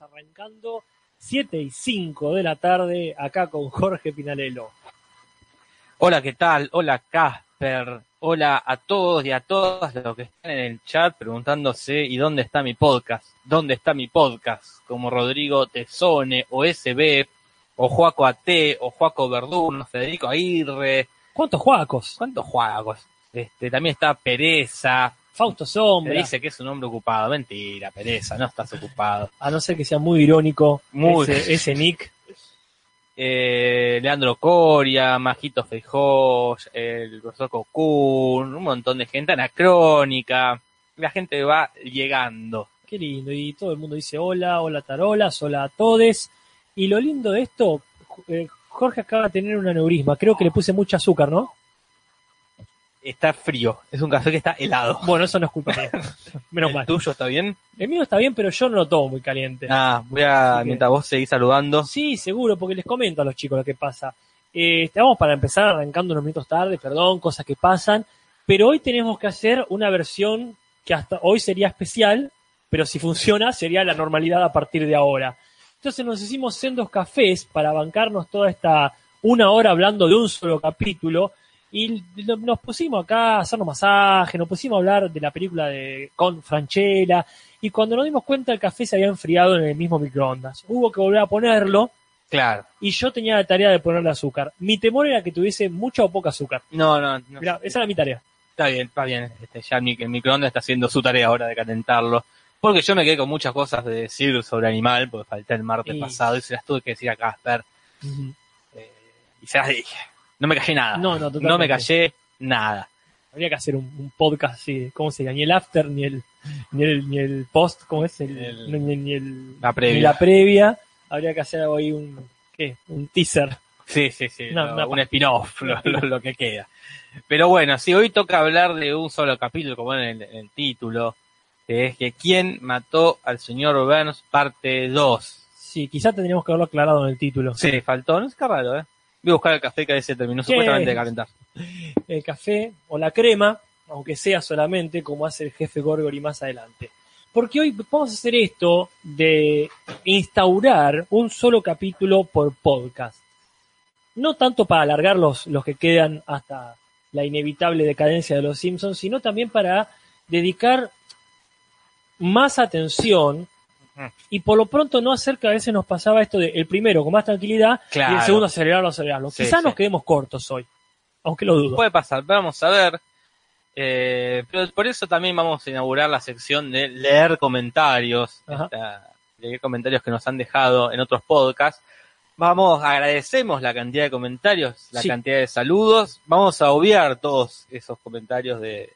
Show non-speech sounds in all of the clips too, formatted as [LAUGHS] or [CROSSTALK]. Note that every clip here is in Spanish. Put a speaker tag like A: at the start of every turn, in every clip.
A: arrancando 7 y 5 de la tarde acá con Jorge Pinalelo.
B: Hola, ¿qué tal? Hola, Casper. Hola a todos y a todas los que están en el chat preguntándose ¿y dónde está mi podcast? ¿Dónde está mi podcast? Como Rodrigo Tesone, o SB, o Juaco AT, o Juaco Verduno, Federico Aguirre.
A: ¿Cuántos Juacos?
B: ¿Cuántos Juacos? Este, también está Pereza.
A: Fausto Sombra.
B: Se dice que es un hombre ocupado. Mentira, Pereza, no estás ocupado.
A: A no ser que sea muy irónico
B: Muy.
A: Ese, ese nick.
B: eh, Leandro Coria, Majito Feijó, el Rosoco Kun, un montón de gente anacrónica. La gente va llegando.
A: Qué lindo. Y todo el mundo dice hola, hola Tarolas, hola a todes. Y lo lindo de esto, eh, Jorge acaba de tener un aneurisma. Creo que le puse mucho azúcar, ¿no?
B: Está frío, es un café que está helado.
A: Bueno, eso no es culpa mía. [LAUGHS] Menos
B: ¿El
A: mal.
B: tuyo está bien?
A: El mío está bien, pero yo no lo tomo muy caliente.
B: Ah, voy a,
A: Así que-
B: mientras vos seguís saludando.
A: Sí, seguro, porque les comento a los chicos lo que pasa. Eh, estamos para empezar arrancando unos minutos tarde, perdón, cosas que pasan, pero hoy tenemos que hacer una versión que hasta hoy sería especial, pero si funciona sería la normalidad a partir de ahora. Entonces nos hicimos sendos cafés para bancarnos toda esta una hora hablando de un solo capítulo y lo- nos pusimos acá a hacernos masaje, nos pusimos a hablar de la película de con Franchella, y cuando nos dimos cuenta el café se había enfriado en el mismo microondas. Hubo que volver a ponerlo
B: Claro.
A: y yo tenía la tarea de ponerle azúcar. Mi temor era que tuviese mucha o poca azúcar.
B: No, no, no.
A: Mirá, esa era mi tarea.
B: Está bien, está bien. Este, ya el mic- el microondas está haciendo su tarea ahora de calentarlo. Porque yo me quedé con muchas cosas de decir sobre animal, porque falté el martes
A: Y-
B: pasado y se las tuve que decir a Casper. Eh, y se las dije. No me callé nada.
A: No, no, totalmente.
B: Ah, no me callé nada.
A: Habría que hacer un, un podcast así, ¿cómo sería? Ni el after, ni el, ni el, ni el post, ¿cómo es? El-
B: El-
A: no, ni, ni el-
B: La previa.
A: ni la previa. Habría que hacer hoy un, ¿qué? Un teaser.
B: Sí, sí, sí.
A: No,
B: lo-
A: una
B: un
A: pa-
B: spin-off, lo, lo- lo que queda. Pero bueno, sí, hoy toca hablar de un solo capítulo, como en el, en el título, que es que ¿Quién mató al señor Burns? Parte 2.
A: Sí, quizá tendríamos que haberlo aclarado en el título.
B: Sí, faltó, no es raro, ¿eh? Voy a buscar el café que se terminó
A: ¿Qué?
B: supuestamente de calentar.
A: el café o la crema, aunque sea solamente como hace el jefe Gorgori más adelante. Porque hoy vamos a hacer esto de instaurar un solo capítulo por podcast. No tanto para alargar los, los que quedan hasta la inevitable decadencia de los Simpsons, sino también para dedicar más atención
B: Ujú.
A: y por lo pronto no hacer que a veces nos pasaba esto de el primero con más tranquilidad y el
B: Claro.
A: segundo acelerarlo, acelerarlo.
B: Sí,
A: Quizás
B: sí.
A: nos quedemos cortos hoy, aunque lo dudo.
B: Puede pasar, vamos a ver. Eh, pero por eso también vamos a inaugurar la sección de leer comentarios.
A: Ajá.
B: Esta- leer comentarios que nos han dejado en otros podcasts. Vamos, agradecemos la cantidad de comentarios, la
A: Sí.
B: cantidad de saludos. Vamos a obviar todos esos comentarios de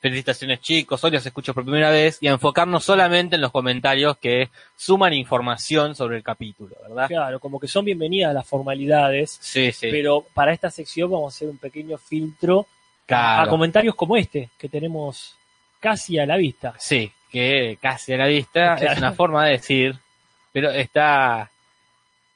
B: felicitaciones chicos, hoy los escucho por primera vez y a enfocarnos solamente en los comentarios que suman información sobre el capítulo, ¿verdad?
A: Claro, como que son bienvenidas las formalidades,
B: Sí, Ah. sí.
A: pero para esta sección vamos a hacer un pequeño filtro
B: Claro.
A: a comentarios como este, que tenemos casi a la vista.
B: Sí, que casi a la vista
A: Claro.
B: es una forma de decir, pero está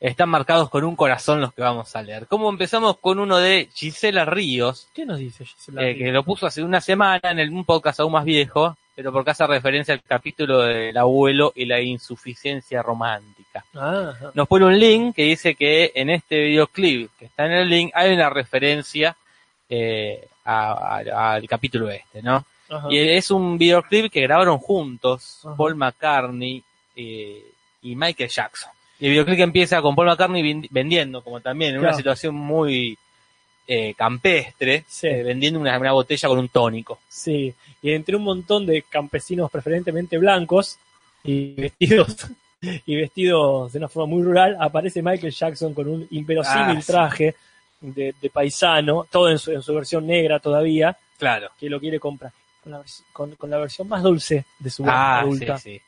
B: están marcados con un corazón los que vamos a leer. Como empezamos con uno de Gisela Ríos,
A: ¿Qué nos dice Gisela?
B: eh, que lo puso hace una semana en el- un podcast aún más viejo, pero porque hace referencia al capítulo del abuelo y la insuficiencia romántica.
A: Ah, ajá.
B: Nos pone un link que dice que en este videoclip que está en el link hay una referencia eh, a- a- al capítulo este, ¿no?
A: Ajá.
B: Y es un videoclip que grabaron juntos
A: Ajá.
B: Paul McCartney eh, y Michael Jackson. Y el videoclip empieza con Paul McCartney vin- vendiendo, como también, en
A: Claro.
B: una situación muy eh, campestre,
A: Sí.
B: eh, vendiendo una, una botella con un tónico.
A: Sí, y entre un montón de campesinos preferentemente blancos y vestidos [LAUGHS] y vestidos de una forma muy rural, aparece Michael Jackson con un inverosímil
B: Ah, sí.
A: traje de, de paisano, todo en su, en su versión negra todavía,
B: Claro.
A: que lo quiere comprar. Con la, vers- con- con la versión más dulce de su
B: Ah,
A: voz
B: sí,
A: adulta.
B: sí.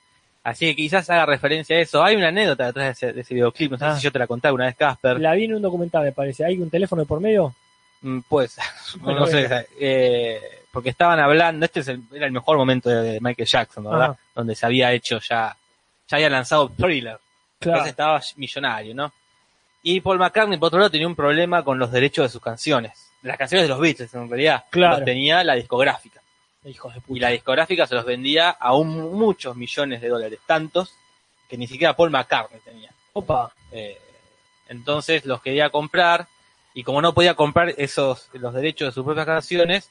B: Así que quizás haga referencia a eso. Hay una anécdota detrás de ese, de ese videoclip, no sé
A: Ah.
B: si yo te la conté una vez, Casper.
A: La vi en un documental, me parece. ¿Hay un teléfono de por medio?
B: Mm,
A: [LAUGHS]
B: Pues, no,
A: Bueno,
B: no sé,
A: venga.
B: eh, porque estaban hablando, este es el- era el mejor momento de, de Michael Jackson, ¿verdad?
A: Ajá.
B: Donde se había hecho ya, ya había lanzado Thriller, entonces
A: Claro.
B: estaba millonario, ¿no? Y Paul McCartney, por otro lado, tenía un problema con los derechos de sus canciones, las canciones de los Beatles, en realidad,
A: Claro.
B: los tenía la discográfica,
A: Hijos de
B: y
A: puta.
B: la discográfica se los vendía a un- muchos millones de dólares, tantos que ni siquiera Paul McCartney tenía.
A: Opa.
B: Eh, entonces los quería comprar y como no podía comprar esos los derechos de sus propias canciones,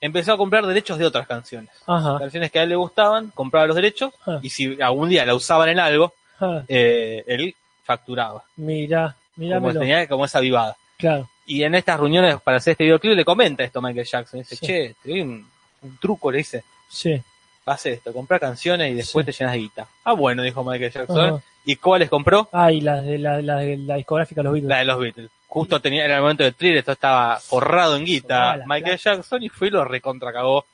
B: empezó a comprar derechos de otras canciones.
A: Ajá.
B: Canciones que a él le gustaban, compraba los derechos
A: Ah.
B: y si algún día la usaban en algo,
A: Ah,
B: eh, él facturaba.
A: mirá,
B: Como,
A: mirámelo.
B: tenía como esa vivada.
A: Claro.
B: Y en estas reuniones para hacer este videoclip le comenta esto a Michael Jackson. Dice,
A: Sí.
B: che, te doy un, un truco, le dice,
A: Sí.
B: haz esto, compra canciones y después te llenas de guita. Ah, bueno, dijo Michael Jackson. ¿eh?
A: Ajá.
B: ¿Y cuáles compró?
A: Ah, y las de la, las de la discográfica Los Beatles.
B: La de los Beatles. Justo tenía, era el momento de thriller, esto estaba forrado en guita
A: Ah, la
B: Michael Jackson y fue y lo recontracagó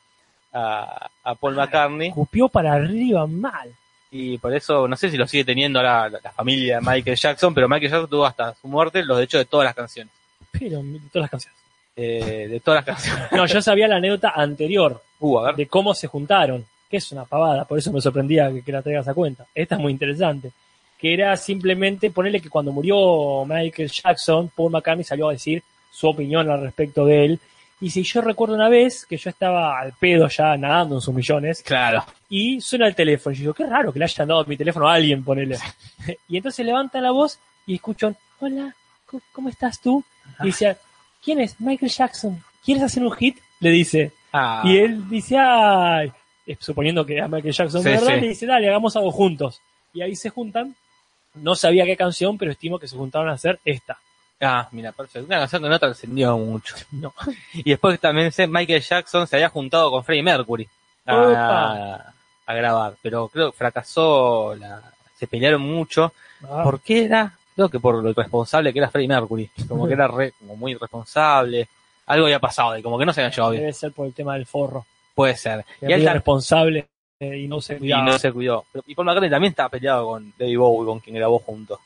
B: a, a Paul McCartney.
A: Cupió para arriba mal.
B: Y por eso, no sé si lo sigue teniendo ahora la, la familia de Michael Jackson, pero Michael Jackson tuvo hasta su muerte los derechos de todas las canciones.
A: Pero de todas las canciones.
B: Eh, de todas las canciones. [LAUGHS]
A: No, yo sabía la anécdota anterior
B: Uh, a ver.
A: de cómo se juntaron, que es una pavada, por eso me sorprendía que, que la traigas a cuenta. Esta es muy interesante. Que era simplemente ponerle que cuando murió Michael Jackson, Paul McCartney salió a decir su opinión al respecto de él. Y si yo recuerdo una vez que yo estaba al pedo ya nadando en sus millones,
B: Claro.
A: y suena el teléfono. Y yo digo, qué raro que le hayan dado mi teléfono a alguien, ponele. [LAUGHS] y entonces levanta la voz y escuchan, hola, ¿cómo- ¿cómo estás tú? Y dice, ¿quién es? Michael Jackson. ¿Quieres hacer un hit? Le dice.
B: Ah.
A: Y él dice, ay, eh, suponiendo que era Michael Jackson,
B: Sí,
A: ¿verdad?
B: sí.
A: Le dice, dale, hagamos algo juntos. Y ahí se juntan. No sabía qué canción, pero estimo que se juntaron a hacer esta. [LAUGHS]
B: Ah, mira, perfecto. Una canción que no trascendió mucho.
A: No.
B: Y después también sé, Michael Jackson se había juntado con Freddie Mercury a,
A: Opa.
B: a grabar, pero creo que fracasó, la- se pelearon mucho.
A: Ah,
B: ¿Por qué era? Creo que por lo irresponsable que era Freddie Mercury. Como que era re- como muy irresponsable. Algo había pasado y como que no se habían llevado bien.
A: debe ser por el tema del forro.
B: Puede ser.
A: Eh, Que
B: Y él
A: es
B: tam-
A: responsable eh, y no se
B: y
A: cuidaba.
B: no se cuidó. Pero- Y Paul McCartney también estaba peleado con David Bowie, con quien grabó juntos.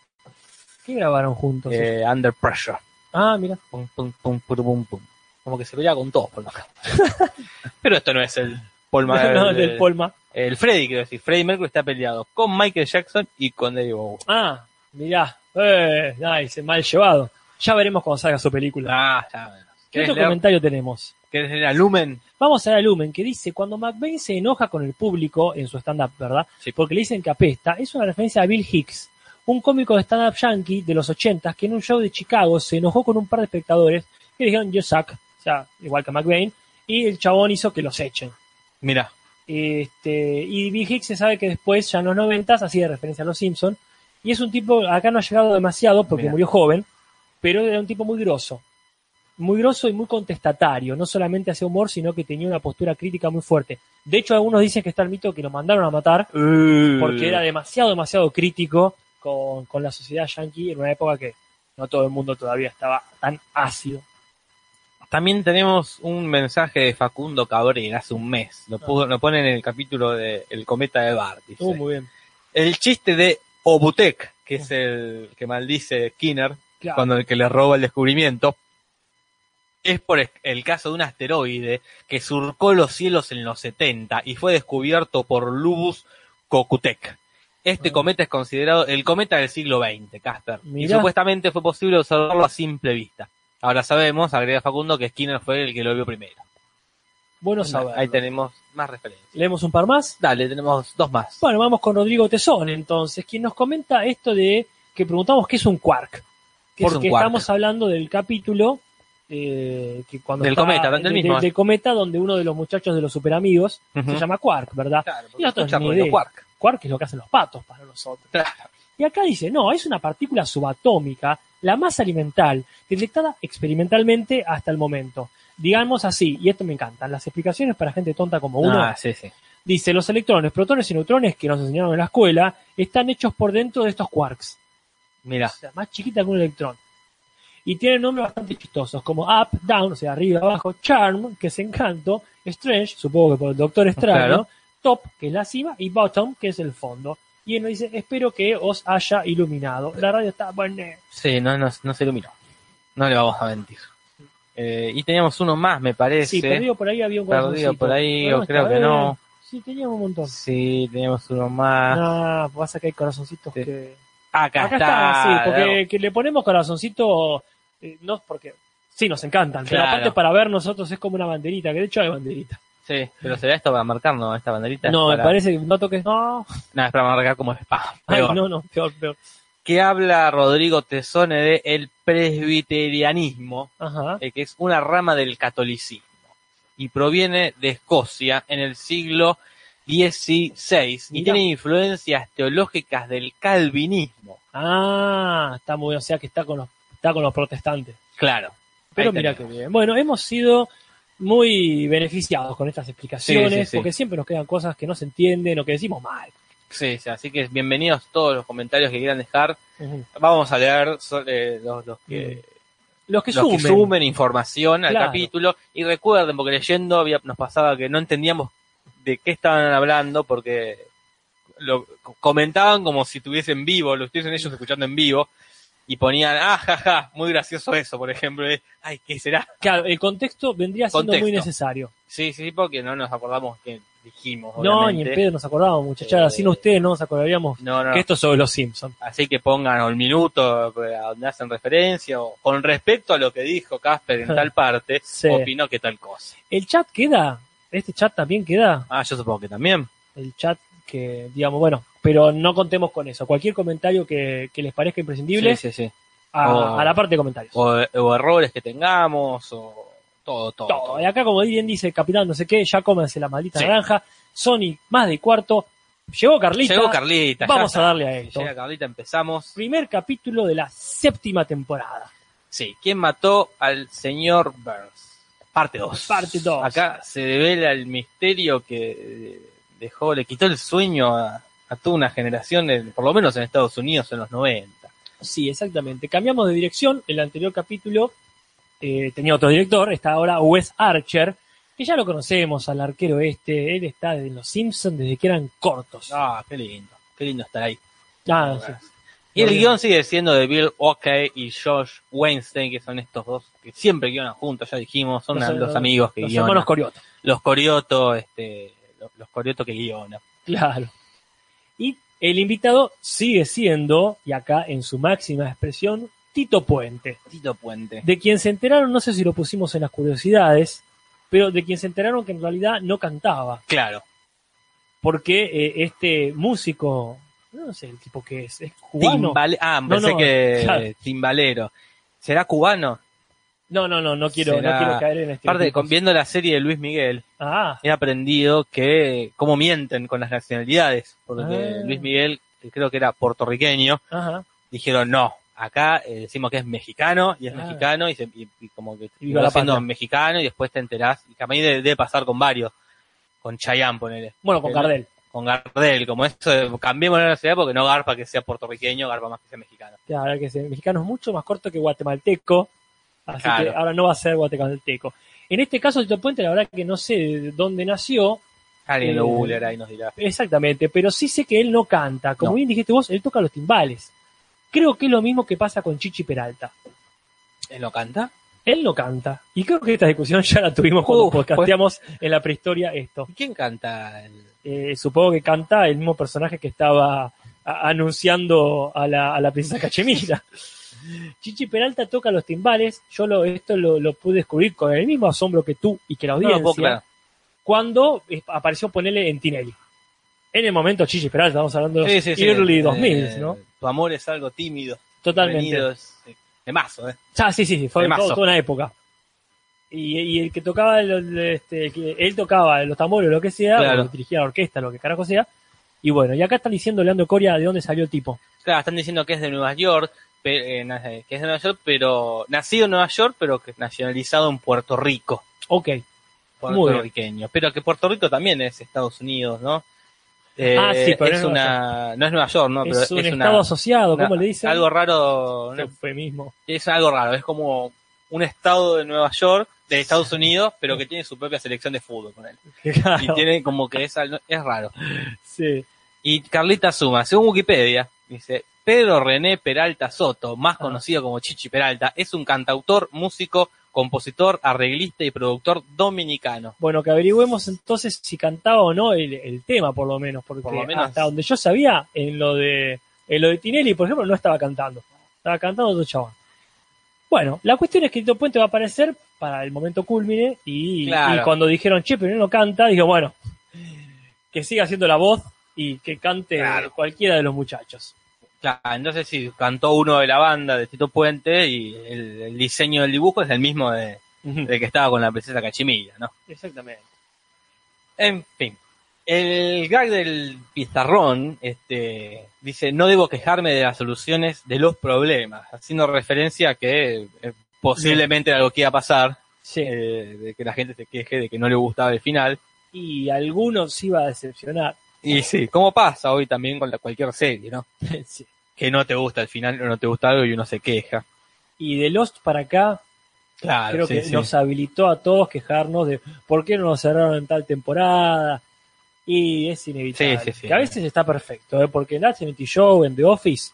A: ¿Qué grabaron juntos?
B: Eh, Under Pressure.
A: ah, mira.
B: Pum, pum, pum, puru, pum, pum. Como que se veía con todos Paul McCartney. [LAUGHS] Pero esto no es el Paul
A: [LAUGHS]
B: McCartney.
A: no, del Polma.
B: El Freddy, quiero decir. Freddy Mercury está peleado con Michael Jackson y con David Bowie.
A: Ah, mirá. Eh, nice, mal llevado. Ya veremos cuando salga su película.
B: Ah, ya. bueno.
A: ¿Qué
B: ¿Querés
A: otro
B: leer,
A: comentario tenemos?
B: querés leer a Lumen?
A: Vamos a la Lumen, que dice, cuando McBain se enoja con el público en su stand-up, ¿verdad?
B: Sí.
A: Porque le dicen que apesta, es una referencia a Bill Hicks, un cómico de stand-up yankee de los 80 que en un show de Chicago se enojó con un par de espectadores que dijeron, yo sac, o sea, igual que McBain, y el chabón hizo que los echen.
B: Mira.
A: Este, y Bill Hicks se sabe que después, ya en los noventas, hacía referencia a los Simpson Y es un tipo, acá no ha llegado demasiado porque
B: Mirá.
A: murió joven, pero era un tipo muy grosso. Muy grosso y muy contestatario. No solamente hacía humor, sino que tenía una postura crítica muy fuerte. De hecho, algunos dicen que está el mito que lo mandaron a matar
B: Uh.
A: porque era demasiado, demasiado crítico con, con la sociedad yankee en una época que no todo el mundo todavía estaba tan ácido.
B: También tenemos un mensaje de Facundo Cabrera hace un mes. Lo, pudo- lo pone en el capítulo de El cometa de Bart. dice.
A: Uh, muy bien.
B: El chiste de Obutek, que es el que maldice Skinner,
A: Claro.
B: cuando el que le roba el descubrimiento, es por es- el caso de un asteroide que surcó los cielos en los 70 y fue descubierto por Lubus Kokutek. Este
A: Ah.
B: cometa es considerado el cometa del siglo XX, Casper. Y
A: Mirá.
B: supuestamente fue posible observarlo a simple vista. Ahora sabemos, agrega Facundo, que Skinner fue el que lo vio primero.
A: Bueno saberlo.
B: Ahí tenemos más referencias.
A: ¿Leemos un par más?
B: Dale, tenemos dos más.
A: Bueno, vamos con Rodrigo Tesón, entonces, quien nos comenta esto de que preguntamos qué es un quark. Que
B: ¿Qué es un
A: Porque
B: quark?
A: estamos hablando del capítulo eh, que cuando
B: Del cometa, del
A: de-
B: mismo.
A: de- del cometa, donde uno de los muchachos de los superamigos
B: Ujú.
A: se llama Quark, ¿verdad?
B: Claro,
A: Y otros
B: escucha,
A: ni
B: porque
A: idea.
B: Quark.
A: Quark es lo que hacen los patos para nosotros.
B: Claro.
A: Y acá dice, no, es una partícula subatómica, la más alimental, detectada experimentalmente hasta el momento. Digamos así, y esto me encanta, las explicaciones para gente tonta como uno
B: Ah, sí, sí.
A: Dice, los electrones, protones y neutrones que nos enseñaron en la escuela están hechos por dentro de estos quarks.
B: Mira.
A: O sea, más chiquita que un electrón. Y tienen nombres bastante chistosos, como Up, Down, o sea, arriba, abajo, Charm, que es encanto, Strange, supongo que por el Doctor Extraño,
B: Claro.
A: Top, que es la cima, y Bottom, que es el fondo. Y él nos dice, espero que os haya iluminado. La radio está buena.
B: Sí, no, no, no se iluminó. No le vamos a mentir. Eh, y teníamos uno más, me parece.
A: Sí, perdido por ahí había un
B: Perdido
A: corazoncito.
B: por ahí,
A: Pero
B: o creo
A: está
B: que
A: bien.
B: no.
A: Sí, teníamos un montón.
B: Sí, teníamos uno más.
A: Ah, pasa que hay corazoncitos
B: Sí.
A: que...
B: Acá,
A: Acá
B: está.
A: está, sí, porque que le ponemos corazoncito, eh, no porque sí nos encantan, pero
B: Claro.
A: aparte para ver nosotros es como una banderita, que de hecho hay banderita.
B: Sí, pero será esto para marcar, ¿no? Esta banderita.
A: No,
B: es
A: me
B: para-
A: parece que no toques. No,
B: No, es para marcar como spam.
A: Ay,
B: peor.
A: no, no, peor, peor.
B: Que habla Rodrigo Tesone de el presbiterianismo,
A: Ajá.
B: eh, que es una rama del catolicismo. Y proviene de Escocia en el siglo XVI. Y
A: Mirá.
B: tiene influencias teológicas del calvinismo.
A: Ah, está muy, o sea que está con los, está con los protestantes.
B: Claro.
A: Pero
B: Ahí
A: mira qué
B: tenemos.
A: bien. Bueno, hemos sido muy beneficiados con estas explicaciones,
B: Sí, sí, sí.
A: porque siempre nos quedan cosas que no se entienden o que decimos mal.
B: Sí, sí, así que bienvenidos todos los comentarios que quieran dejar. Vamos a leer so- eh, los, los que,
A: Los que
B: los
A: sumen.
B: que sumen información al
A: Claro.
B: capítulo. Y recuerden, porque leyendo había- nos pasaba que no entendíamos de qué estaban hablando, porque lo co- comentaban como si estuviesen vivo, lo estuviesen ellos escuchando en vivo, y ponían, ah, jaja, muy gracioso eso, por ejemplo. y, Ay, ¿qué será?
A: Claro, el contexto vendría siendo muy
B: Contexto.
A: necesario.
B: Sí, sí, porque no nos acordamos que dijimos.
A: No, ni en
B: obviamente.
A: pedo nos acordábamos, muchachada.
B: Eh,
A: Sin ustedes no nos acordaríamos
B: No, no,
A: que esto es sobre los Simpsons.
B: Así que pongan el minuto eh, a donde hacen referencia o con respecto a lo que dijo Casper
A: [LAUGHS]
B: en tal parte,
A: Sí.
B: opinó que tal cosa.
A: El chat queda, este chat también queda,
B: Ah, yo supongo que también.
A: el chat que, digamos, bueno, pero no contemos con eso. Cualquier comentario que, que les parezca imprescindible,
B: Sí, Oh. sí, sí.
A: a,
B: O-
A: a la parte de comentarios.
B: O, o errores que tengamos, o todo, todo.
A: Todo.
B: todo.
A: Y acá, como bien dice el capitán, no sé qué, ya cómense la maldita
B: Sí.
A: naranja. Sony, más de cuarto. Llegó Carlita.
B: Llegó Carlita. ya
A: Vamos
B: está.
A: a darle
B: [LAUGHS]
A: a esto.
B: Llega Carlita, empezamos.
A: Primer capítulo de la séptima temporada.
B: Sí, ¿quién mató al señor Burns? Parte 2.
A: Parte dos.
B: Acá se devela el misterio que eh, dejó, le quitó el sueño a, a toda una generación, de- por lo menos en Estados Unidos en los 90.
A: Sí, exactamente. Cambiamos de dirección. El anterior capítulo eh, tenía otro director. Está ahora Wes Archer, que ya lo conocemos al arquero este. Él está en Los Simpsons desde que eran cortos.
B: Ah, qué lindo. Qué lindo estar ahí.
A: Ah, sí.
B: Y el
A: Bien.
B: guión sigue siendo de Bill O'Kay y Josh Weinstein, que son estos dos que siempre guionan juntos, ya dijimos, son
A: Los-
B: los, amigos que
A: Los
B: guionan.
A: hermanos Corioto.
B: los Corioto, este, los, los Corioto que guionan.
A: Claro. Y el invitado sigue siendo, y acá en su máxima expresión, Tito Puente,
B: Tito Puente.
A: de quien se enteraron, no sé si lo pusimos en las curiosidades, pero de quien se enteraron que en realidad no cantaba,
B: Claro.
A: porque eh, este músico, no sé el tipo que es, es cubano.
B: Timbale- ah,
A: No,
B: pensé
A: no,
B: que
A: claro.
B: timbalero. ¿Será cubano?
A: No, no, no, no quiero, no
B: Será-
A: quiero caer en este.
B: Aparte, con- viendo la serie de Luis Miguel,
A: Ah,
B: he aprendido que cómo mienten con las nacionalidades, porque
A: Ah.
B: Luis Miguel, que creo que era puertorriqueño,
A: ajá.
B: dijeron no, acá eh, decimos que es mexicano y es
A: Ah.
B: mexicano y, se- y- y como que
A: Y viva la
B: va siendo
A: patria.
B: mexicano y después te enterás, y que a mí debe, debe pasar con varios, con Chayanne ponele,
A: Bueno, con
B: Pero-
A: Cardel.
B: con Gardel, como esto, de, cambiemos la nacionalidad porque no garpa que sea puertorriqueño, garpa más que sea mexicano.
A: La verdad que sí, el mexicano es mucho más corto que guatemalteco. Así que
B: Claro.
A: ahora no va a ser guatemalteco. En este caso, Tito Puente, la verdad que no sé de dónde nació,
B: Alguien lo
A: Eh,
B: googleará y nos dirá.
A: Exactamente, pero sí sé que él no canta. Como
B: No.
A: bien dijiste vos, él toca los timbales. Creo que es lo mismo que pasa con Chichi Peralta.
B: ¿Él no canta?
A: Él no canta. Y creo que esta discusión [LAUGHS] ya la tuvimos cuando
B: Uh,
A: podcasteamos en la prehistoria esto.
B: ¿Y quién canta? el-
A: Eh, supongo que canta el mismo personaje que estaba a- anunciando a la, a la princesa
B: [LAUGHS]
A: Cachemira. Chichi Peralta toca los timbales. Yo lo, esto lo, lo pude descubrir con el mismo asombro que tú y que la
B: No
A: audiencia.
B: lo puedo creer.
A: cuando eh, apareció Ponele en Tinelli. En el momento Chichi Peralta, estamos hablando de
B: Sí,
A: los
B: sí, sí.
A: early
B: Eh,
A: 2000, ¿no?
B: Tu amor es algo tímido.
A: Totalmente.
B: Venido es- De mazo, ¿eh?
A: Ah, sí, sí, sí, fue
B: Temazo.
A: todo- toda una época. Y, y el que tocaba, el- el- este, que él tocaba los tambores o lo que sea,
B: Claro.
A: o dirigía la orquesta, lo que carajo sea. Y bueno, y acá están diciendo Leandro Coria de dónde salió el tipo.
B: Claro, están diciendo que es de Nueva York, pe- eh, na- eh, que es de Nueva York, pero nacido en Nueva York, pero que es nacionalizado en Puerto Rico,
A: Ok. Muy bien.
B: puertorriqueño. Pero que Puerto Rico también es Estados Unidos, ¿no? Eh,
A: Ah, sí, pero
B: es
A: no es
B: una, no es Nueva York, ¿no?
A: es
B: pero
A: un
B: es una-
A: estado asociado,
B: una-
A: ¿cómo le dicen?
B: Algo raro, no,
A: Eufemismo.
B: es algo raro, es como un estado de Nueva York, de Estados Unidos, pero que tiene su propia selección de fútbol con él. Y
A: [LAUGHS] Claro,
B: tiene como que es, al- es raro.
A: sí.
B: Y Carlita Suma, según Wikipedia, dice, Pedro René Peralta Soto, más
A: Ah.
B: conocido como Chichi Peralta, es un cantautor, músico, compositor, arreglista y productor dominicano.
A: Bueno, que averigüemos entonces si cantaba o no el, el tema, por lo menos, porque
B: Por lo menos.
A: hasta donde yo sabía, en lo de en lo de Tinelli, por ejemplo, no estaba cantando. Estaba cantando otro chabón. Bueno, la cuestión es que Tito Puente va a aparecer para el momento culmine y,
B: Claro.
A: y cuando dijeron, che, pero él no canta, dije, bueno, que siga haciendo la voz y que cante
B: Claro.
A: cualquiera de los muchachos.
B: Claro, entonces sí, cantó uno de la banda de Tito Puente y el, el diseño del dibujo es el mismo de, del que estaba con la princesa Cachimilla, ¿no?
A: Exactamente.
B: En fin. El gag del pizarrón este, dice, no debo quejarme de las soluciones de los problemas, haciendo referencia a que eh, posiblemente era algo que iba a pasar,
A: Sí.
B: eh, de que la gente se queje de que no le gustaba el final.
A: Y algunos sí va a decepcionar. [LAUGHS]
B: Y sí, como pasa hoy también con la, cualquier serie, ¿no?
A: Sí.
B: Que no te gusta el final, o no te gusta algo y uno se queja.
A: Y de Lost para acá,
B: Claro,
A: creo
B: Ah, sí,
A: que
B: sí.
A: nos habilitó a todos quejarnos de por qué no nos cerraron en tal temporada. Y es inevitable.
B: Sí, sí, sí.
A: Que a veces está perfecto, ¿eh? porque en That 70 Show, en The Office,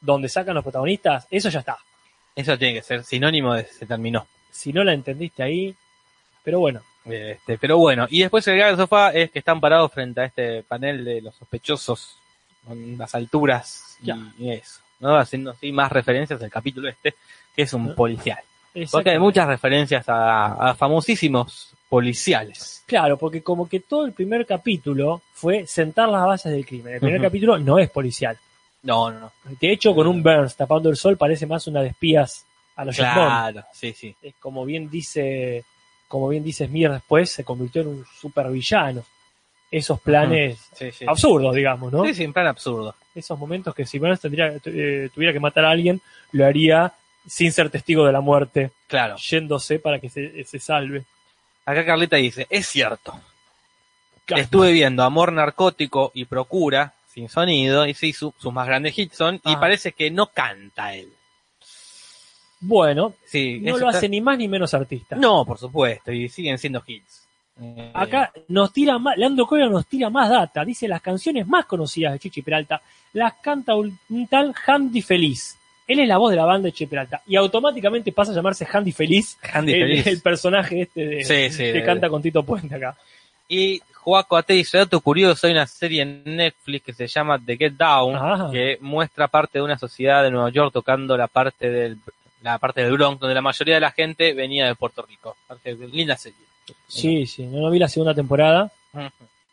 A: donde sacan los protagonistas, eso ya está.
B: Eso tiene que ser sinónimo de se terminó.
A: Si no la entendiste ahí, pero bueno,
B: Este, pero bueno, y después el gag del sofá es que están parados frente a este panel de los sospechosos con las alturas y,
A: Ya.
B: y eso, ¿no? Haciendo así más referencias al capítulo este, que es un policial. Porque hay
A: exactamente.
B: muchas referencias a, a famosísimos policiales.
A: Claro, porque como que todo el primer capítulo fue sentar las bases del crimen. El primer
B: Ujú.
A: capítulo no es policial.
B: No, no, no.
A: De hecho, con un Burns tapando el sol parece más una de espías a los James Bond.
B: Claro, sí, sí.
A: es como bien dice, como bien dice Smear después, se convirtió en un supervillano. Esos planes
B: Sí, sí.
A: absurdos, digamos, ¿no?
B: Sí, sí, en plan absurdo.
A: Esos momentos que si Burns tendría, eh, tuviera que matar a alguien, lo haría sin ser testigo de la muerte,
B: Claro.
A: yéndose para que se, se salve.
B: Acá Carlita dice, es cierto. Estuve viendo Amor Narcótico y Procura, sin sonido, y sí, su- sus más grandes hits son, y
A: Ah.
B: parece que no canta él.
A: Bueno,
B: Sí,
A: no
B: eso
A: lo
B: está-
A: hace ni más ni menos artista.
B: No, por supuesto, y siguen siendo hits. Eh,
A: Acá nos tira más, Leandro Coelho nos tira más data, dice las canciones más conocidas de Chichi Peralta, las canta un, un tal Handy Feliz. Él es la voz de la banda de Chichi Peralta y automáticamente pasa a llamarse Handy Feliz,
B: Handy
A: el,
B: Feliz.
A: el personaje este de-
B: Sí, sí,
A: que
B: de-
A: canta con Tito Puente acá.
B: Y Joaco Ate dice, dato curioso, hay una serie en Netflix que se llama The Get Down,
A: Ah.
B: que muestra parte de una sociedad de Nueva York tocando la parte del la parte del Bronx, donde la mayoría de la gente venía de Puerto Rico. Parte de- Linda serie.
A: Sí, sí, no, no vi la segunda temporada,
B: Ujú.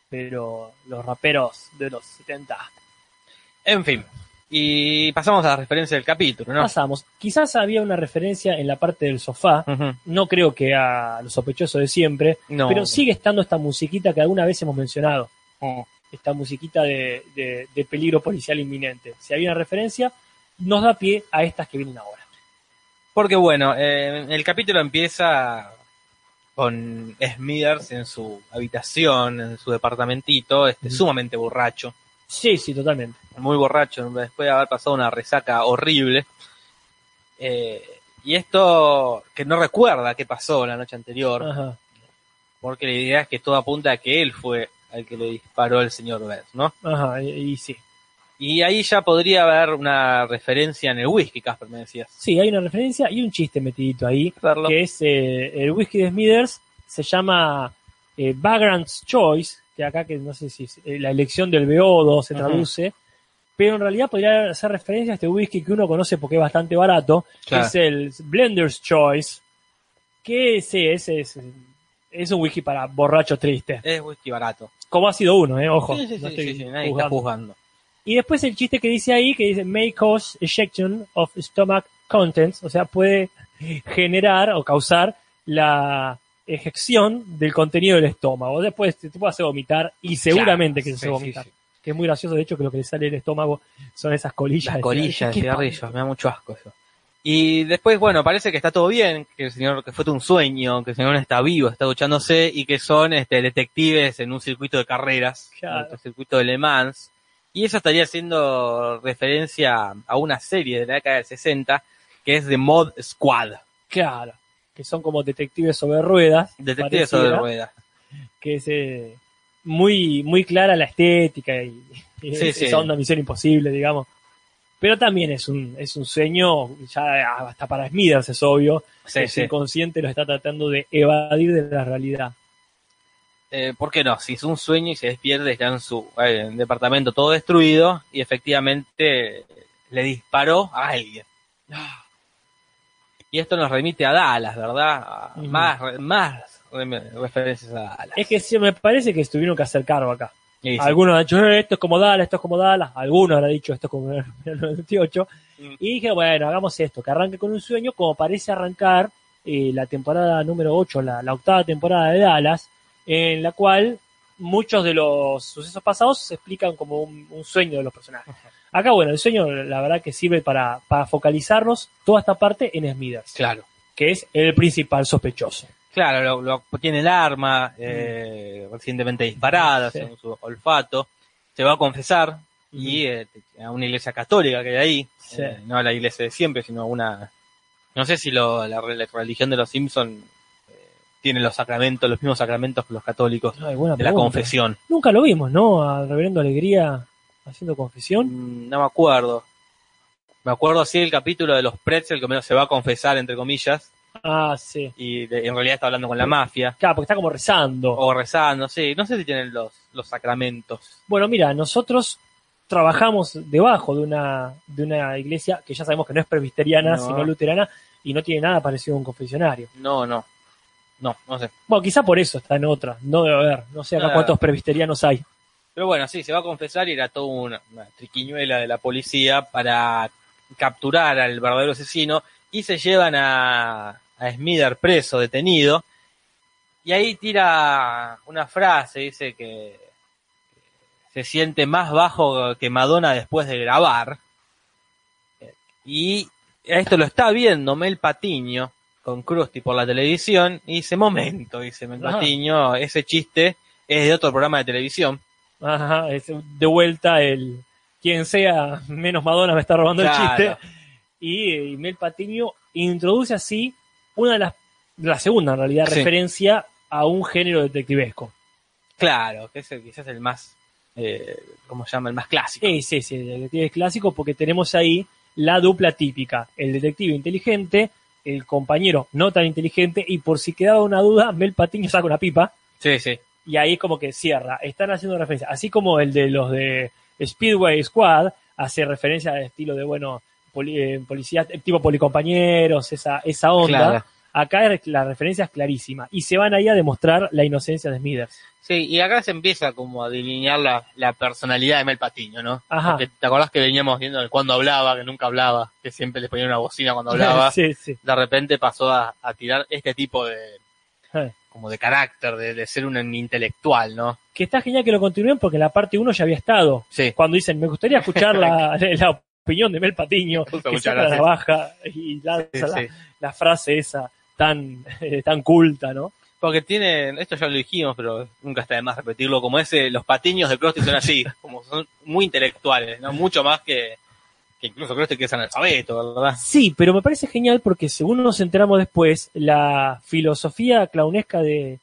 A: pero los raperos de los 70.
B: En fin. Y pasamos a la referencia del capítulo, ¿no?
A: Pasamos. Quizás había una referencia en la parte del sofá,
B: Ujú.
A: no creo que a los sospechosos de siempre,
B: No.
A: pero sigue estando esta musiquita que alguna vez hemos mencionado.
B: Ujú.
A: esta musiquita de, de- de peligro policial inminente. Si hay una referencia, nos da pie a estas que vienen ahora.
B: Porque bueno, eh, el capítulo empieza con Smithers en su habitación, en su departamentito, este,
A: Ujú.
B: sumamente borracho,
A: Sí, sí, totalmente.
B: muy borracho, después de haber pasado una resaca horrible. Eh, y esto que no recuerda qué pasó la noche anterior,
A: Ajá.
B: porque la idea es que todo apunta a que él fue el que le disparó al señor Burns, ¿no?
A: Ajá, y, y sí.
B: Y ahí ya podría haber una referencia en el whisky, Casper, me decías.
A: Sí, hay una referencia y un chiste metidito ahí,
B: Verlo.
A: que es eh, el whisky de Smithers, se llama eh, Vagrant's Choice, que acá que no sé si es, eh, la elección del beodo se
B: Ujú.
A: traduce, pero en realidad podría hacer referencia a este whisky que uno conoce porque es bastante barato,
B: Claro.
A: que es el Blender's Choice, que sí, es, es, es un whisky para borrachos tristes.
B: Es whisky barato.
A: Como ha sido uno, ¿eh? Ojo.
B: Sí, sí,
A: no
B: sí,
A: estoy
B: sí, sí, nadie
A: juzgando.
B: está juzgando.
A: Y después el chiste que dice ahí, que dice, may cause ejection of stomach contents, o sea, puede generar o causar la ejección del contenido del estómago. Después te, te puede hacer vomitar y seguramente que
B: Claro,
A: se
B: sí, sí,
A: vomitar.
B: sí.
A: Que es muy gracioso, de hecho, que lo que le sale del estómago son esas colillas.
B: Las
A: de
B: colillas de
A: cigarrillo. Qué
B: cigarrillos, me da mucho asco eso. Y después, bueno, parece que está todo bien, que el señor, que fue un sueño, que el señor está vivo, está duchándose y que son este, detectives en un circuito de carreras,
A: Claro.
B: en el circuito de Le Mans. Y eso estaría haciendo referencia a una serie de la década del 60 que es de Mod Squad,
A: Claro. Que son como detectives sobre ruedas.
B: Detectives
A: pareciera,
B: sobre ruedas.
A: Que es eh, muy, muy clara la estética y, y
B: Sí,
A: esa
B: sí.
A: onda misión imposible, digamos. Pero también es un, es un sueño, ya hasta para Smithers es obvio, que
B: Sí,
A: su
B: sí.
A: inconsciente lo está tratando de evadir de la realidad.
B: Eh, ¿Por qué no? Si es un sueño y se despierte, está en su eh, en departamento todo destruido y efectivamente eh, le disparó a alguien. Y esto nos remite a Dallas, ¿verdad? A
A: Ujú.
B: Más, re- más rem- referencias a Dallas.
A: Es que sí, me parece que tuvieron que hacer cargo acá.
B: Y sí.
A: Algunos han dicho, "Eh, esto es como Dallas, esto es como Dallas. Algunos han dicho, esto es como el [LAUGHS] 98.
B: Mm.
A: Y dije, bueno, hagamos esto, que arranque con un sueño, como parece arrancar eh, la temporada número 8, la, la octava temporada de Dallas, en la cual muchos de los sucesos pasados se explican como un, un sueño de los personajes. Acá, bueno, el sueño, la verdad que sirve para, para focalizarnos toda esta parte en Smithers,
B: Claro.
A: que es el principal sospechoso.
B: Claro, lo, lo- tiene el arma eh, recientemente disparada,
A: Sí.
B: según su olfato. Se va a confesar y eh, a una iglesia católica que hay ahí,
A: Sí.
B: eh, no a la iglesia de siempre, sino a una. No sé si lo- la, re- la religión de los Simpson eh, tiene los sacramentos, los mismos sacramentos que los católicos
A: Ay, buena
B: de la
A: pregunta.
B: confesión.
A: Nunca lo vimos, ¿no? Al reverendo Alegría haciendo confesión.
B: Mm, No me acuerdo. Me acuerdo así el capítulo de los pretzel, que menos se va a confesar, entre comillas,
A: Ah, sí.
B: y de- en realidad está hablando con la mafia,
A: Claro, porque está como rezando.
B: o rezando, sí. No sé si tienen los, los sacramentos.
A: Bueno, mira, nosotros trabajamos debajo de una, de una iglesia que ya sabemos que no es presbiteriana,
B: No.
A: sino luterana, y no tiene nada parecido a un confesionario.
B: No, no. No, no sé.
A: Bueno, quizá por eso está en otra, no debe haber, no sé acá
B: Ah.
A: cuántos presbiterianos hay.
B: Pero bueno, sí, se va a confesar y era toda una, una triquiñuela de la policía para capturar al verdadero asesino y se llevan a, a Smither preso, detenido. Y ahí tira una frase, dice que se siente más bajo que Madonna después de grabar. Y esto lo está viendo Mel Patiño con Krusty por la televisión y dice, momento, dice Mel
A: Ajá.
B: Patiño, ese chiste es de otro programa de televisión.
A: Ajá, es de vuelta el quien sea, menos Madonna me está robando el
B: Claro.
A: chiste. Y, eh, Mel Patiño introduce así una de las, la segunda en realidad,
B: Sí.
A: referencia a un género detectivesco.
B: Claro, que es el- quizás el más, eh, ¿cómo se llama? El más clásico.
A: Sí, sí, sí, el detective es clásico porque tenemos ahí la dupla típica, el detective inteligente, el compañero no tan inteligente, y por si quedaba una duda, Mel Patiño saca una pipa
B: Sí, sí.
A: y ahí como que cierra. Están haciendo referencia, así como el de los de Speedway Squad hace referencia al estilo de, bueno, poli- eh, policía, eh, tipo policompañeros, esa, esa onda.
B: Claro.
A: Acá es- la referencia es clarísima y se van ahí a demostrar la inocencia de Smithers.
B: Sí, y acá se empieza como a delinear la, la personalidad de Mel Patiño, ¿no?
A: Ajá.
B: Porque ¿Te acordás que veníamos viendo cuando hablaba, que nunca hablaba, que siempre le ponía una bocina cuando [LAUGHS]
A: [LAUGHS]
B: hablaba?
A: sí, sí.
B: De repente pasó a, a tirar este tipo de,
A: Eh.
B: como de carácter, de, de ser un intelectual, ¿no?
A: Que está genial que lo continúen porque en la parte 1 ya había estado.
B: [LAUGHS] Sí.
A: cuando dicen, me gustaría escuchar
B: [LAUGHS]
A: la, la opinión de Mel Patiño,
B: Justo
A: que
B: muchas
A: saca la
B: gracias.
A: navaja y lanza
B: Sí,
A: la,
B: sí.
A: la frase esa tan, [LAUGHS] eh, tan culta, ¿no?
B: Porque tiene, esto ya lo dijimos, pero nunca está de más repetirlo, como ese, los patiños de Krusty
A: [LAUGHS]
B: son así, como son muy intelectuales, ¿no? Mucho más que, que incluso Krusty que es analfabeto, ¿verdad?
A: Sí, pero me parece genial porque según nos enteramos después, la filosofía clownesca de,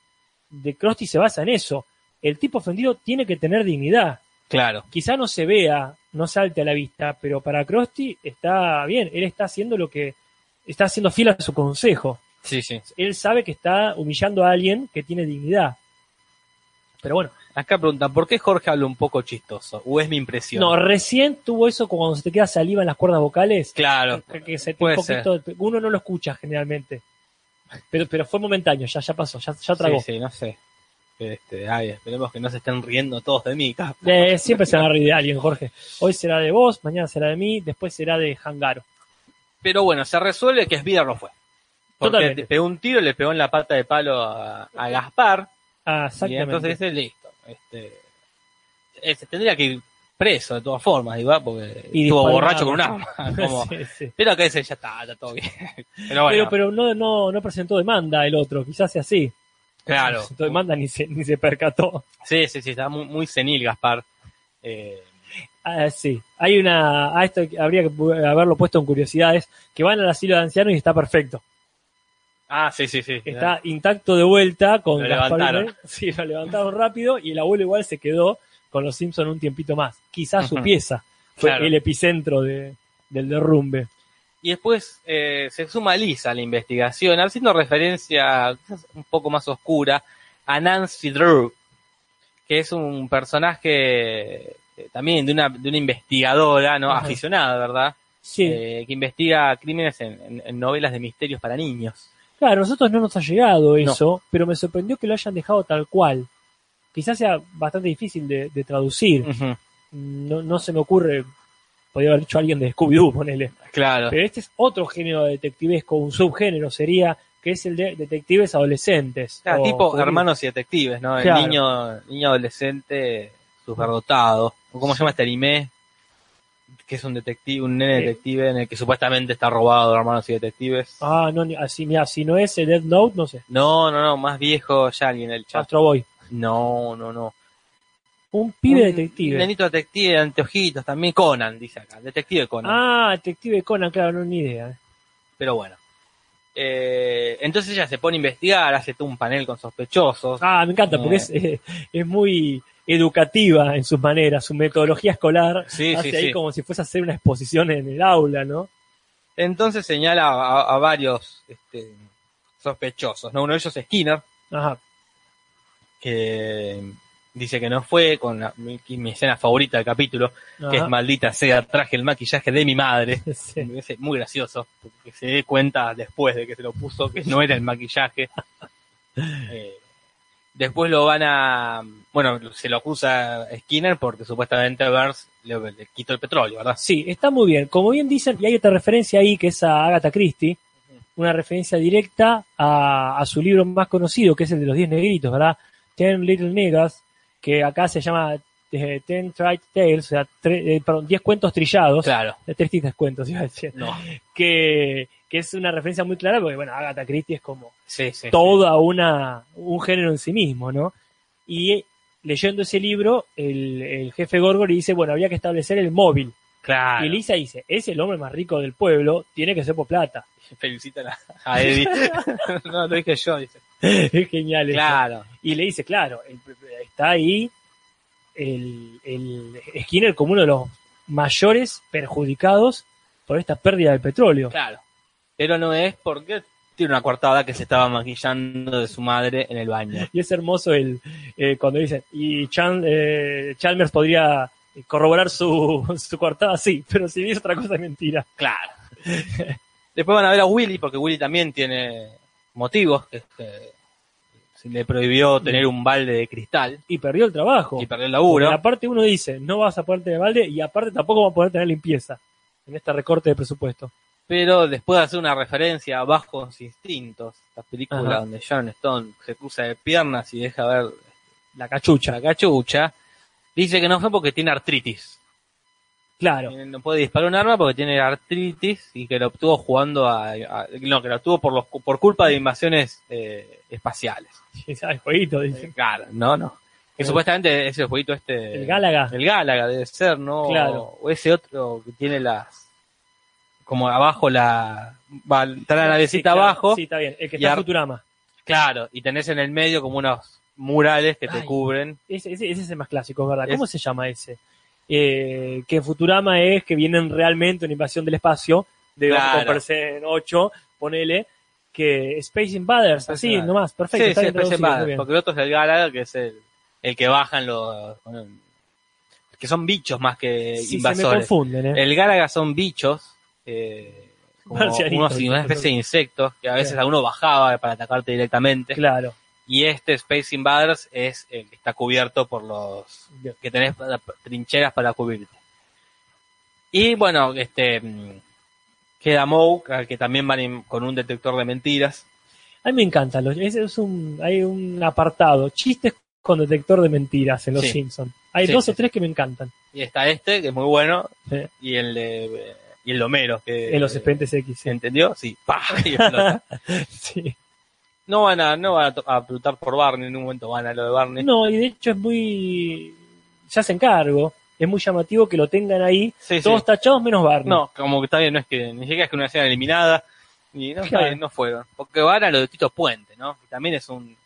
A: de Krusty se basa en eso. El tipo ofendido tiene que tener dignidad.
B: Claro.
A: Quizá no se vea, no salte a la vista, pero para Krusty está bien. Él está haciendo lo que... Está haciendo fiel a su consejo.
B: Sí, sí.
A: él sabe que está humillando a alguien que tiene dignidad. Pero bueno,
B: Acá preguntan, ¿por qué Jorge habla un poco chistoso? ¿O es mi impresión?
A: no, recién tuvo eso cuando se te queda saliva en las cuerdas vocales.
B: Claro.
A: que- que se te un
B: puede
A: poquito- uno no lo escucha generalmente. Pero, pero fue momentáneo, ya, ya pasó, ya, ya tragó.
B: Sí, sí, no sé. Este, ay, esperemos que no se estén riendo todos de mí, acá.
A: Eh, siempre se van a reír de alguien, Jorge. Hoy será de vos, mañana será de mí, después será de Hangaro.
B: Pero bueno, se resuelve que Svider no fue. Porque
A: Totalmente.
B: pegó un tiro, le pegó en la pata de palo a- a Gaspar.
A: Ah,
B: Y
A: exactamente.
B: entonces dice, listo. Este, este, tendría que ir preso de todas formas, igual, porque
A: Y
B: estuvo
A: disparó
B: borracho con un
A: nada.
B: arma. como-
A: [LAUGHS] Sí, sí.
B: Pero que dice, ya está, está todo bien. [LAUGHS] Pero bueno,
A: Pero, pero no, no, no presentó demanda el otro, quizás sea así. No
B: claro.
A: presentó demanda ni se, ni se percató.
B: Sí, sí, sí, está muy, muy senil Gaspar. Eh,
A: Ah, sí, hay una. A esto habría que pu- haberlo puesto en curiosidades: que van al asilo de ancianos y está perfecto.
B: ah, sí, sí, sí.
A: Está intacto de vuelta con
B: Lo
A: Gaspar
B: levantaron.
A: Ulmer. [LAUGHS] Sí, lo levantaron rápido y el abuelo igual se quedó con los Simpson un tiempito más. Quizás su
B: Ujú.
A: pieza fue
B: Claro.
A: el epicentro de- del derrumbe.
B: Y después eh, se suma Lisa a la investigación, haciendo referencia quizás un poco más oscura a Nancy Drew, que es un personaje eh, también de una, de una investigadora, ¿no?
A: Ajá.
B: Aficionada, ¿verdad?
A: Sí.
B: eh, que investiga crímenes en, en- en novelas de misterios para niños.
A: Claro, a nosotros no nos ha llegado eso, pero me sorprendió que lo hayan dejado tal cual. Quizás sea bastante difícil de, de traducir.
B: Ujú, Mm.
A: No, no se me ocurre, podría haber dicho alguien de Scooby-Doo, ponele.
B: Claro.
A: Pero este es otro género detectivesco, un subgénero sería, que es el de detectives adolescentes.
B: Claro,
A: o
B: tipo
A: juvenil.
B: hermanos y detectives, ¿no? El
A: Claro.
B: niño, niño adolescente superdotado. ¿O ¿Cómo se llama este anime? Que es un detective, un nene
A: Sí.
B: detective en el que supuestamente está robado de hermanos y detectives.
A: Ah, no, ni- así, mira, si no es el Dead Note, no sé.
B: No, no, no, más viejo ya alguien en el chat.
A: Astro Boy.
B: No, no, no.
A: Un Ah. pibe
B: Un
A: detective.
B: Nenito detective de anteojitos también. Conan, dice acá. Detective Conan.
A: Ah, detective Conan, claro, no, ni idea. eh.
B: Pero bueno. Eh, entonces ella se pone a investigar, hace todo un panel con sospechosos.
A: Ah, me encanta, porque
B: Eh.
A: es, eh, es muy educativa en sus maneras, su metodología escolar.
B: sí,
A: hace
B: sí,
A: ahí
B: sí.
A: como si fuese a hacer una exposición en el aula, ¿no?
B: Entonces señala a, a varios este, sospechosos. ¿no? Uno de ellos es Skinner,
A: Ajá.
B: que dice que no fue, con la- mi, mi escena favorita del capítulo,
A: ajá.
B: que es maldita sea, traje el maquillaje de mi madre.
A: [LAUGHS] Sí.
B: Me parece muy gracioso, porque se dé cuenta después de que se lo puso que no era el [LAUGHS] maquillaje. Eh, después lo van a. Bueno, se lo acusa a Skinner porque supuestamente Burns le, le quitó el petróleo, ¿verdad?
A: Sí, está muy bien. Como bien dicen, y hay otra referencia ahí que es a Agatha Christie, una referencia directa a, a su libro más conocido, que es el de los 10 negritos, ¿verdad? Ten Little Niggas, que acá se llama eh, Ten Tried Tales, o sea, tre- eh, perdón, 10 cuentos trillados,
B: Claro,
A: Eh, tres tristes cuentos, iba a decir,
B: no.
A: que, que es una referencia muy clara, porque bueno, Agatha Christie es como
B: Sí, sí.
A: toda una un género en sí mismo, ¿no? Y eh, leyendo ese libro, el, el jefe Gorgo le dice, bueno, había que establecer el móvil.
B: Claro.
A: Y Elisa dice, es el hombre más rico del pueblo, tiene que ser por plata. [LAUGHS]
B: Felicitan a, [LAUGHS] a Eddie. no, lo dije yo, dice.
A: es genial. eso.
B: Claro.
A: Y le dice, claro, el- está ahí el, el Skinner como uno de los mayores perjudicados por esta pérdida del petróleo.
B: Claro. Pero no es porque tiene una coartada que se estaba maquillando de su madre en el baño.
A: Y es hermoso el eh, cuando dicen, y Chan- eh, Chalmers podría corroborar su, [LAUGHS] su coartada, sí, pero si dice otra cosa es mentira.
B: Claro. [LAUGHS] Después van a ver a Willy, porque Willy también tiene motivos. que es que se le prohibió tener un balde de cristal
A: Y perdió el trabajo.
B: y perder
A: Porque
B: el laburo.
A: aparte uno dice, no vas a poder tener balde y aparte tampoco va a poder tener limpieza en este recorte de presupuesto.
B: Pero después de hacer una referencia a Bajos Instintos, la película
A: Ajá.
B: donde John Stone se cruza de piernas y deja ver
A: La cachucha,
B: la cachucha, dice que no fue porque tiene artritis.
A: claro.
B: Eh, No puede disparar un arma porque tiene artritis y que lo obtuvo jugando a, a- no, que lo obtuvo por los por culpa de invasiones eh, espaciales.
A: El jueguito, dice.
B: Claro, no, no. Que
A: Eh.
B: supuestamente es el jueguito este
A: El Gálaga.
B: el Gálaga debe ser, ¿no?
A: Claro.
B: O ese otro que tiene las como abajo la va, está la navecita
A: Sí, claro.
B: abajo,
A: Sí, está bien. El que
B: Y
A: está en
B: ar-
A: Futurama.
B: claro, y tenés en el medio como unos murales que te
A: Ay.
B: cubren.
A: Ese, ese, ese es el más clásico, es ¿verdad?
B: Es-
A: ¿Cómo se llama ese? Eh, que en Futurama es que vienen realmente una invasión del espacio, de
B: Claro.
A: en 8, ponele, que Space Invaders,
B: Space
A: así
B: Invaders.
A: nomás, perfecto.
B: sí,
A: está
B: sí,
A: bien
B: Space
A: traducido, muy
B: Invaders,
A: bien.
B: porque el otro es el Gálaga, que es el, el que bajan los... que son bichos más que
A: Sí, se me
B: invasores.
A: confunden, ¿eh?
B: el Gálaga son bichos, eh, como
A: Marcianitos,
B: unos- una especie de insectos, que a veces
A: Claro.
B: alguno bajaba para atacarte directamente.
A: Claro.
B: Y este Space Invaders es el que está cubierto por los...
A: Bien.
B: que tenés para- trincheras para cubrirte. Y bueno, este... mm, Queda Moe, al que también van en- con un detector de mentiras.
A: A mí me encantan. Los, ese es un, hay un apartado, chistes con detector de mentiras en Los
B: Sí.
A: Simpsons. Hay
B: Sí,
A: dos
B: sí, Eh,
A: o tres que me encantan
B: Y está este, que es muy bueno,
A: Sí.
B: y el de, eh, y el de Homero, que
A: en los expedientes X.
B: ¿se entendió? Sí, [LAUGHS] pa, y explota.
A: Sí. [LAUGHS]
B: no van a, no van a, to- a plutar por Barney, en un momento van a lo de
A: [LAUGHS]
B: Barney.
A: No, y de hecho es muy. Se hacen cargo. Es muy llamativo que lo tengan ahí.
B: Sí, sí.
A: Todos tachados menos Barney.
B: No, como que está bien, no es que, ni siquiera es que una escena eliminada, ni no, está
A: Claro.
B: bien, no fueron. Porque van a lo de Tito Puente, ¿no? Que también es un,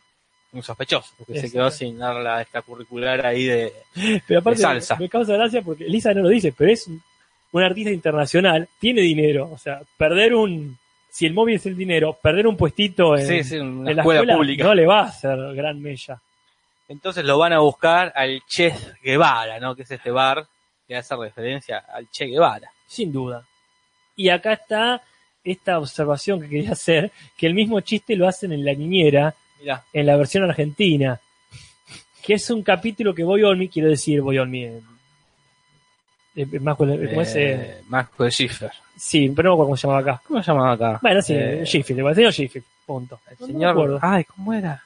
B: un sospechoso, porque se
A: Exacto.
B: quedó sin dar la extracurricular ahí de,
A: [LAUGHS] pero aparte
B: de salsa.
A: me causa gracia porque Lisa no lo dice, pero es un, un artista internacional, tiene dinero. O sea, perder un. Si el móvil es el dinero, perder un puestito en,
B: sí, sí, una
A: en la
B: escuela,
A: escuela
B: pública.
A: no le va a hacer gran mella.
B: Entonces lo van a buscar al Che Guevara, ¿no? Que es este bar que hace referencia al Che Guevara.
A: Sin duda. Y acá está esta observación que quería hacer, que el mismo chiste lo hacen en La Niñera,
B: Mirá,
A: en la versión argentina, que es un capítulo que Boyolmi, quiero decir Boyolmi, eh, eh, más cual- ¿cómo es? Eh,
B: eh, Marco de Schiffer.
A: sí, pero no me acuerdo cómo se llamaba acá.
B: ¿Cómo se llamaba acá?
A: Bueno, sí,
B: Eh,
A: Sheffield, el señor Sheffield, punto.
B: el
A: No,
B: señor. Ah.
A: No me acuerdo.
B: Ay, ¿cómo era?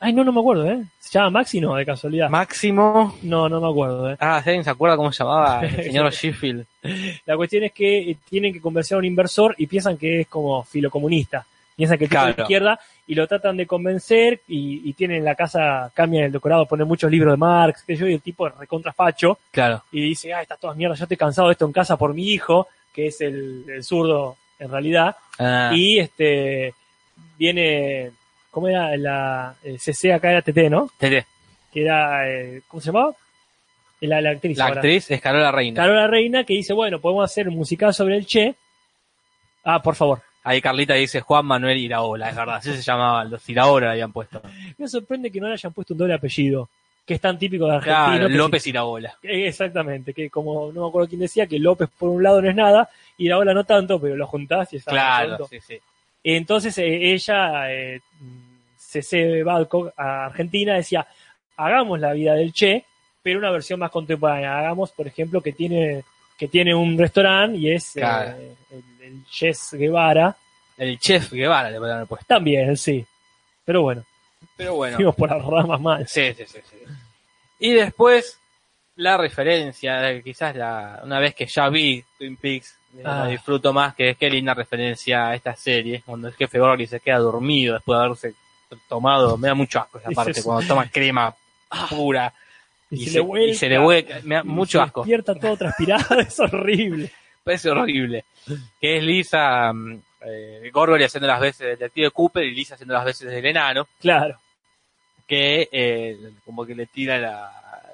A: Ay, no, no me acuerdo, ¿eh? ¿Se llama Maxi? No, de casualidad.
B: Máximo.
A: no, no me acuerdo, ¿eh?
B: Ah, ¿sí ¿alguien se acuerda cómo se llamaba
A: [LAUGHS]
B: el señor Sheffield?
A: La cuestión es que eh, tienen que convencer a un inversor y piensan que es como filocomunista. Piensan que el tipo es de
B: Claro.
A: izquierda y lo tratan de convencer y, y tienen la casa, cambian el decorado, ponen muchos libros de Marx, que yo, y el tipo es recontrafacho
B: Claro.
A: y dice, ah, estas todas mierdas, yo estoy cansado de esto en casa por mi hijo, que es el, el zurdo en realidad,
B: Ah,
A: y este viene, ¿cómo era? La eh, CC acá era TT, ¿no?
B: Tere.
A: Que era, eh, ¿cómo se llamaba? La, la actriz.
B: La
A: ahora.
B: actriz es Carola Reina.
A: Carola Reina que dice, bueno, podemos hacer un musical sobre el Che. Ah, por favor.
B: Ahí Carlita dice Juan Manuel Iraola, es verdad, así se llamaba, los Iraola le habían puesto.
A: Me sorprende que no le hayan puesto un doble apellido, que es tan típico de Argentina.
B: Claro,
A: que
B: López Iraola.
A: si- eh, exactamente, que como no me acuerdo quién decía, que López por un lado no es nada, y la ola no tanto, pero lo juntás y está
B: Claro,
A: junto.
B: sí, sí.
A: Entonces eh, ella, eh, CC Balcock, a Argentina, decía, hagamos la vida del Che, pero una versión más contemporánea. Hagamos, por ejemplo, que tiene, que tiene un restaurante y es eh,
B: Claro.
A: el, el Jess Guevara.
B: El chef Guevara le podrían haber puesto.
A: También, sí. Pero bueno,
B: Pero bueno.
A: fuimos por las ramas más.
B: Sí, sí, sí, sí. Y después, la referencia, eh, quizás la, una vez que ya vi Twin Peaks, eh, la
A: Ah.
B: disfruto más, que es que linda referencia a esta serie, cuando el jefe Gordy se queda dormido después de haberse tomado, me da mucho asco esa
A: Y se-
B: parte, cuando toma crema pura
A: Y, se,
B: se-
A: le vuelca,
B: y se le vuelca, me da
A: y
B: mucho
A: se
B: asco.
A: Despierta todo transpirado, [LAUGHS] es horrible.
B: parece horrible. Que es Lisa, mm, eh, Gorgory haciendo las veces del detective Cooper y Lisa haciendo las veces del enano,
A: Claro.
B: que eh, como que le tira la,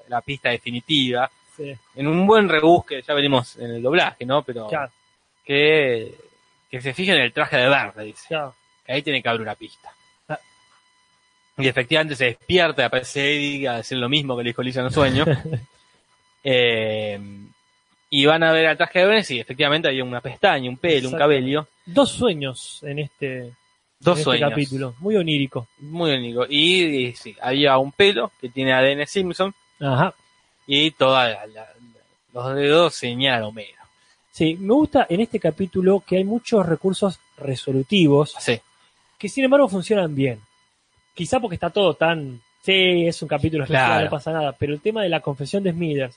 B: la pista definitiva.
A: sí,
B: En un buen rebusque, ya venimos en el doblaje, ¿no? Pero
A: claro,
B: que, que se fije en el traje de verde, dice.
A: claro.
B: Que ahí tiene que haber una pista.
A: Ah.
B: Y efectivamente se despierta, y aparece Eddie a decir lo mismo que le dijo Lisa en
A: [LAUGHS]
B: un sueño. Eh, y van a ver al traje de verde, y efectivamente había una pestaña, un pelo, un
A: Exacto.
B: cabello.
A: Dos sueños en este, en
B: Dos
A: este
B: sueños.
A: capítulo. Muy onírico.
B: Muy único. Y, y sí, había un pelo que tiene ADN Simpson
A: Ajá.
B: y todos los dedos señalan a Homero.
A: Sí, me gusta en este capítulo que hay muchos recursos resolutivos
B: Sí,
A: que sin embargo funcionan bien. Quizá porque está todo tan... Sí, es un capítulo especial,
B: Claro.
A: no pasa nada, pero el tema de la confesión de Smithers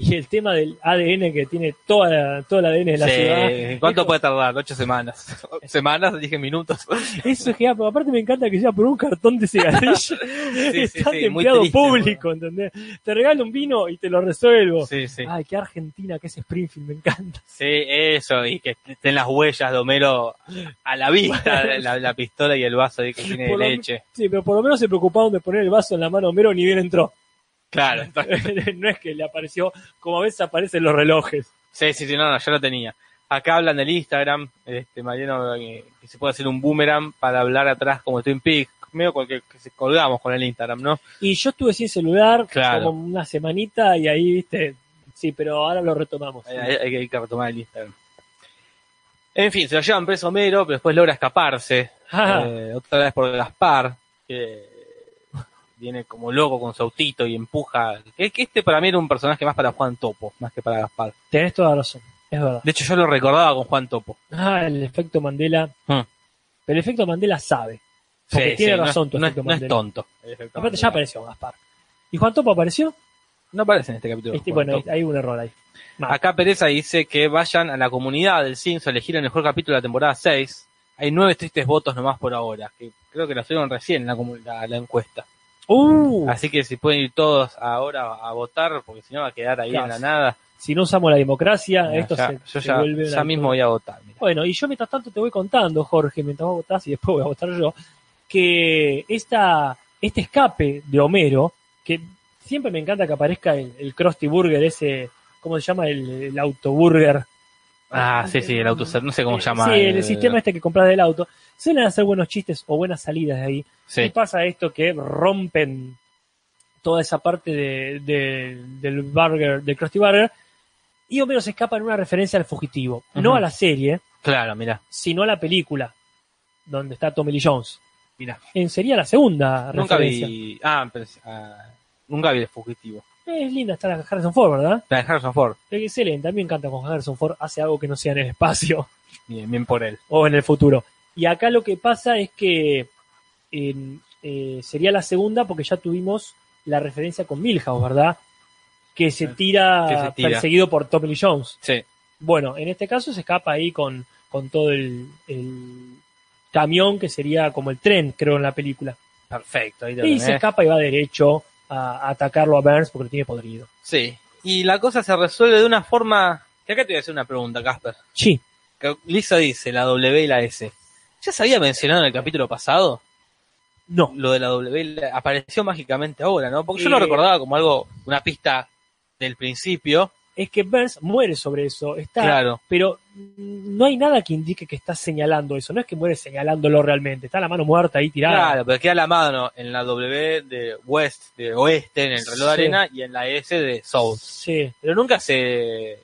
A: y el tema del ADN que tiene toda la, todo el ADN de la
B: Sí.
A: ciudad.
B: ¿Cuánto
A: Dijo-
B: puede tardar? Ocho
A: [LAUGHS]
B: semanas. Semanas, dije minutos.
A: Eso es genial, pero aparte me encanta que sea por un cartón de cigarrillo. [LAUGHS] es
B: [LAUGHS] sí,
A: tan
B: sí,
A: de
B: muy
A: empleado
B: triste,
A: público, ¿entendés? Te regalo un vino y te lo resuelvo.
B: Sí, sí.
A: Ay, qué Argentina, que es Springfield, me encanta. [LAUGHS]
B: Sí, eso, y que estén las huellas de Homero a
A: [LAUGHS]
B: la vista, la, la pistola y el vaso ahí que tiene de
A: Por lo-
B: leche.
A: Sí, pero por lo menos se preocuparon de poner el vaso en la mano a Homero, ni bien entró.
B: Claro, está-
A: [LAUGHS] no es que le apareció, como a veces aparecen los relojes.
B: Sí, sí, sí, no, no, yo lo tenía. Acá hablan del Instagram, este, Mariano, eh, que se puede hacer un boomerang para hablar atrás como Twin Peaks, medio con que, que se colgamos con el Instagram, ¿no?
A: Y yo estuve sin celular
B: Claro.
A: como una semanita y ahí, viste, sí, pero ahora lo retomamos.
B: Hay, hay- hay que- hay que retomar el Instagram. En fin, se lo llevan preso Homero, pero después logra escaparse,
A: Ah,
B: eh, otra vez por Gaspar, que viene como loco con su autito y empuja. Es que este para mí era un personaje más para Juan Topo, más que para Gaspar.
A: tenés toda razón, es verdad.
B: De hecho, yo lo recordaba con Juan Topo.
A: Ah, el efecto Mandela.
B: Hmm.
A: Pero el efecto Mandela sabe. Porque
B: Sí,
A: tiene
B: sí, no es-
A: razón tu
B: no, es,
A: efecto
B: no es
A: Mandela.
B: tonto. el efecto
A: Aparte ya
B: Mandela.
A: apareció Gaspar. ¿Y Juan Topo apareció?
B: No aparece en este capítulo.
A: Este,
B: Juan
A: bueno,
B: Topo.
A: hay un error ahí. Mal.
B: Acá Pereza dice que vayan a la comunidad del Simpson a elegir el mejor capítulo de la temporada 6. Hay nueve tristes votos nomás por ahora, que creo que lo subieron recién la, comu- la, la encuesta.
A: Uh,
B: Así que si pueden ir todos ahora a votar, porque si no va a quedar ahí
A: Claro.
B: en la nada.
A: si no usamos la democracia,
B: Mirá,
A: Ah, esto
B: ya-
A: se,
B: yo
A: se
B: ya,
A: vuelve
B: ya
A: una-
B: mismo voy a votar. mirá.
A: Bueno, y yo mientras tanto te voy contando, Jorge, mientras vos votás y después voy a votar yo, que esta, este escape de Homero, que siempre me encanta que aparezca el, el Krusty Burger, ese, ¿cómo se llama? El, el autoburger.
B: Ah, sí, sí, el autoser, no sé cómo
A: Eh,
B: se llama.
A: Sí, el, sistema este que compras del auto. Suelen hacer buenos chistes o buenas salidas de ahí. Y
B: Sí,
A: pasa esto que rompen toda esa parte de, de- del burger, del Krusty Burger, y Homero se escapa en una referencia al fugitivo, no
B: Ujú.
A: a la serie,
B: Claro, mirá,
A: sino a la película donde está Tommy Lee Jones.
B: mirá.
A: En sería la segunda
B: Nunca
A: referencia.
B: vi. Ah, pero es- ah, nunca vi el fugitivo.
A: Eh, Es linda, está la Harrison Ford, ¿verdad?
B: La de Harrison Ford.
A: Excelente, a mí me encanta con Harrison Ford hace algo que no sea en el espacio. [LAUGHS]
B: Bien, bien por él.
A: o en el futuro. Y acá lo que pasa es que en, eh, sería la segunda porque ya tuvimos la referencia con Milhouse, ¿verdad? Que se
B: Ah,
A: tira,
B: que se tira.
A: perseguido por Tommy Lee Jones.
B: Sí,
A: Bueno, en este caso se escapa ahí con, con todo el, el camión que sería como el tren, creo, en la película.
B: perfecto. Ahí lo
A: Y
B: tenés.
A: se escapa y va derecho a, a atacarlo a Burns porque lo tiene podrido.
B: Sí. Y la cosa se resuelve de una forma. Que acá te voy a hacer una pregunta, Casper.
A: Sí,
B: Que Lisa dice la W y la S. ¿Ya se había mencionado en el capítulo pasado?
A: no.
B: Lo de la W y la- apareció mágicamente ahora, ¿no? Porque yo lo
A: Eh.
B: recordaba como algo, una pista del principio.
A: Es que Burns muere sobre eso. Está
B: Claro.
A: pero mm, no hay nada que indique que está señalando eso. No es que muere señalándolo realmente. Está la mano muerta ahí tirada.
B: Claro, pero queda la mano en la W de West, de Oeste, en el reloj de
A: Sí.
B: arena, y en la S de South.
A: Sí.
B: Pero nunca se.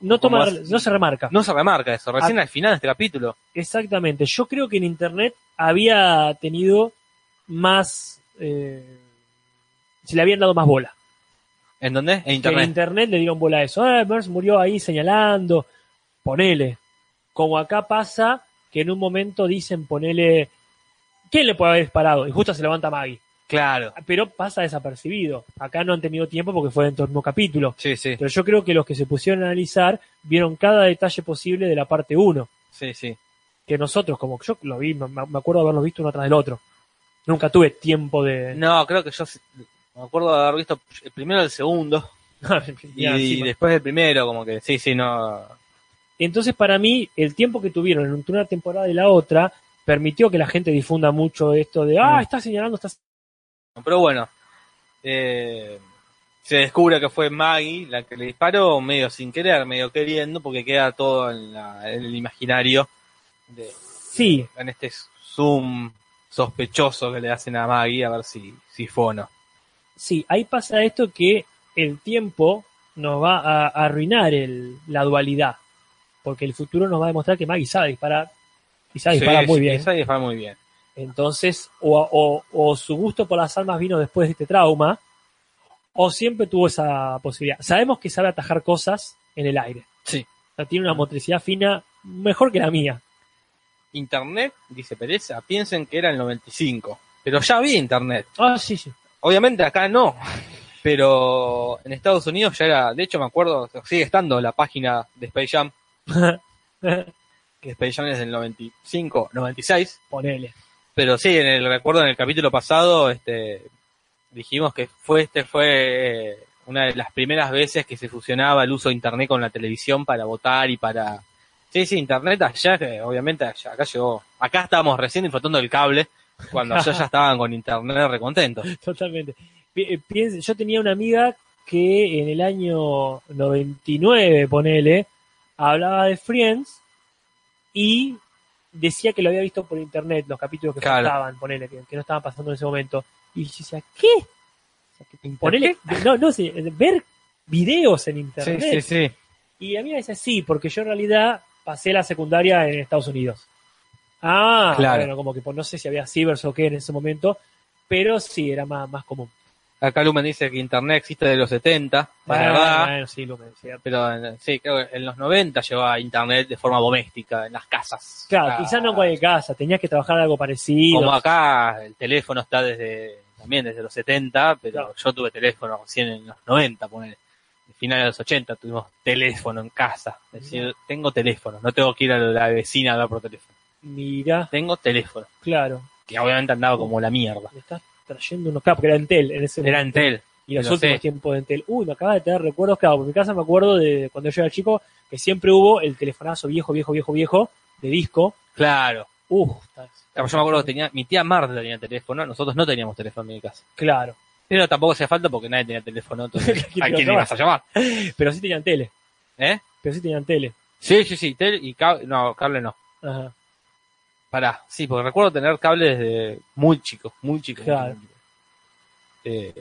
A: No, toma,
B: Como hace-
A: no se remarca.
B: No se remarca eso, recién al final de este capítulo.
A: Exactamente. Yo creo que en Internet había tenido más... eh, se le habían dado más bola.
B: ¿En dónde? En
A: Que En
B: internet.
A: Internet le dieron bola a eso. Ah, Burns murió ahí señalando. Ponele. Como acá pasa que en un momento dicen ponele... ¿Quién le puede haber disparado? Y justo se levanta Maggie.
B: Claro.
A: pero pasa desapercibido. Acá no han tenido tiempo porque fue dentro del mismo capítulo.
B: Sí, sí,
A: Pero yo creo que los que se pusieron a analizar vieron cada detalle posible de la parte 1,
B: sí, sí.
A: que nosotros, como yo lo vi, me me acuerdo de haberlo visto uno tras del otro. Nunca tuve tiempo de... [LAUGHS]
B: No, creo que yo s- me acuerdo de haber visto el primero y el segundo. Y,
A: Ya, encima.
B: después del primero, como que sí, sí, no.
A: Entonces, para mí, el tiempo que tuvieron entre una temporada y la otra permitió que la gente difunda mucho esto de, ah,
B: Mm.
A: está señalando, está...
B: Pero bueno, eh, se descubre que fue Maggie la que le disparó, medio sin querer, medio queriendo, porque queda todo en, la- en el imaginario, de,
A: Sí,
B: en este zoom sospechoso que le hacen a Maggie, a ver si, si fue o no.
A: Sí, ahí pasa esto que el tiempo nos va a arruinar el- la dualidad, porque el futuro nos va a demostrar que Maggie sabe disparar, y sabe disparar
B: Sí,
A: muy
B: sí,
A: bien.
B: esa dispara muy bien.
A: Entonces, o, o- o su gusto por las almas vino después de este trauma, o siempre tuvo esa posibilidad. Sabemos que sabe atajar cosas en el aire.
B: Sí.
A: O sea, tiene una motricidad fina mejor que la mía.
B: Internet, dice Pereza, piensen que era el 95, pero ya había Internet.
A: Ah, sí, sí.
B: Obviamente acá no, [LAUGHS] pero en Estados Unidos ya era, de hecho me acuerdo, sigue estando la página de Space Jam, que Space Jam es del 95, 96,
A: [LAUGHS] Ponele.
B: pero sí, en el recuerdo en el capítulo pasado, este, dijimos que fue, este fue eh, una de las primeras veces que se fusionaba el uso de internet con la televisión para votar y para, sí, sí, internet allá, que obviamente allá, acá llegó, acá estábamos recién disfrutando del cable, cuando allá ya estaban con internet recontentos.
A: Totalmente. Pi- eh, piense- yo tenía una amiga que en el año 99, ponele, hablaba de Friends y decía que lo había visto por internet, los capítulos que
B: Claro.
A: faltaban, ponele, que, que no estaban pasando en ese momento. Y yo decía, ¿qué? O sea, que
B: [LAUGHS]
A: Ponele, no, no sé, ver videos en internet.
B: Sí, sí, sí.
A: Y a mí me dice, sí, porque yo en realidad pasé la secundaria en Estados Unidos. Ah,
B: Claro.
A: bueno, como que pues, no sé si había cibers o qué en ese momento, pero sí, era más, más común.
B: Acá Lumen dice que Internet existe de los 70, es verdad.
A: Bueno, sí, Lumen, es cierto.
B: Pero en- sí, creo que en los 90 llevaba Internet de forma doméstica, en las casas.
A: Claro,
B: Ah,
A: quizás no en cualquier casa, tenías que trabajar algo parecido.
B: Como acá el teléfono está desde también desde los 70, pero
A: Claro.
B: yo tuve teléfono recién en los 90, ponele. Al final de los 80 tuvimos teléfono en casa. Es decir, tengo teléfono, no tengo que ir a la vecina a hablar por teléfono.
A: Mira,
B: Tengo teléfono,
A: claro,
B: que obviamente andaba como la mierda.
A: me estás trayendo unos capos, porque era Entel en ese
B: Era Entel.
A: Y los
B: lo
A: últimos
B: sé.
A: tiempos de Entel. Uy, me acaba de tener recuerdos, claro, por mi casa me acuerdo de cuando yo era chico, que siempre hubo el telefonazo viejo, viejo, viejo, viejo, de disco.
B: Claro.
A: Uf, está-
B: Yo me acuerdo que tenía, mi tía Marta tenía teléfono, nosotros no teníamos teléfono en mi casa.
A: claro.
B: Pero tampoco hacía falta porque nadie tenía
A: [LAUGHS]
B: teléfono, entonces
A: ¿Quién
B: [LAUGHS] ¿a
A: te
B: quién
A: llamaba?
B: ibas a llamar?
A: Pero sí tenían tele.
B: ¿Eh?
A: Pero sí tenían tele.
B: Sí, sí, sí, tel y cable, no, cable no.
A: Ajá.
B: Pará, sí, porque recuerdo tener cable desde muy chico, muy Eh, chico. muy
A: Claro.
B: chico. Eh,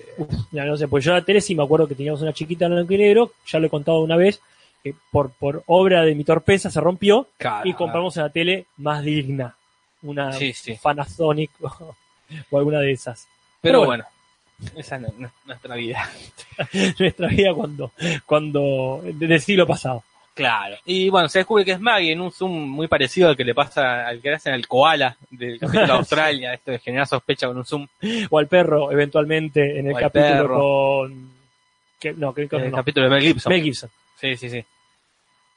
A: Ya, no sé, pues yo la tele sí me acuerdo que teníamos una chiquita en blanco y negro, ya lo he contado una vez, que por, por obra de mi torpeza se rompió
B: Cara.
A: y compramos una tele más digna, una
B: Ah. Sí, sí.
A: Panasonic [LAUGHS] o, o alguna de esas. [LAUGHS]
B: Pero
A: Pero
B: bueno, esa es nu- nuestra vida. [LAUGHS]
A: Nuestra vida cuando, cuando, del siglo pasado.
B: Claro. Y bueno, se descubre que es Maggie en un zoom muy parecido al que le pasa al que le hacen al koala
A: [LAUGHS]
B: del capítulo de Australia, esto de generar sospecha con un zoom.
A: O al perro, eventualmente, en el
B: O al
A: capítulo
B: perro.
A: con. que- no, que,
B: en el
A: no,
B: eh, capítulo de Mel Gibson.
A: Mel Gibson.
B: Sí, sí, sí.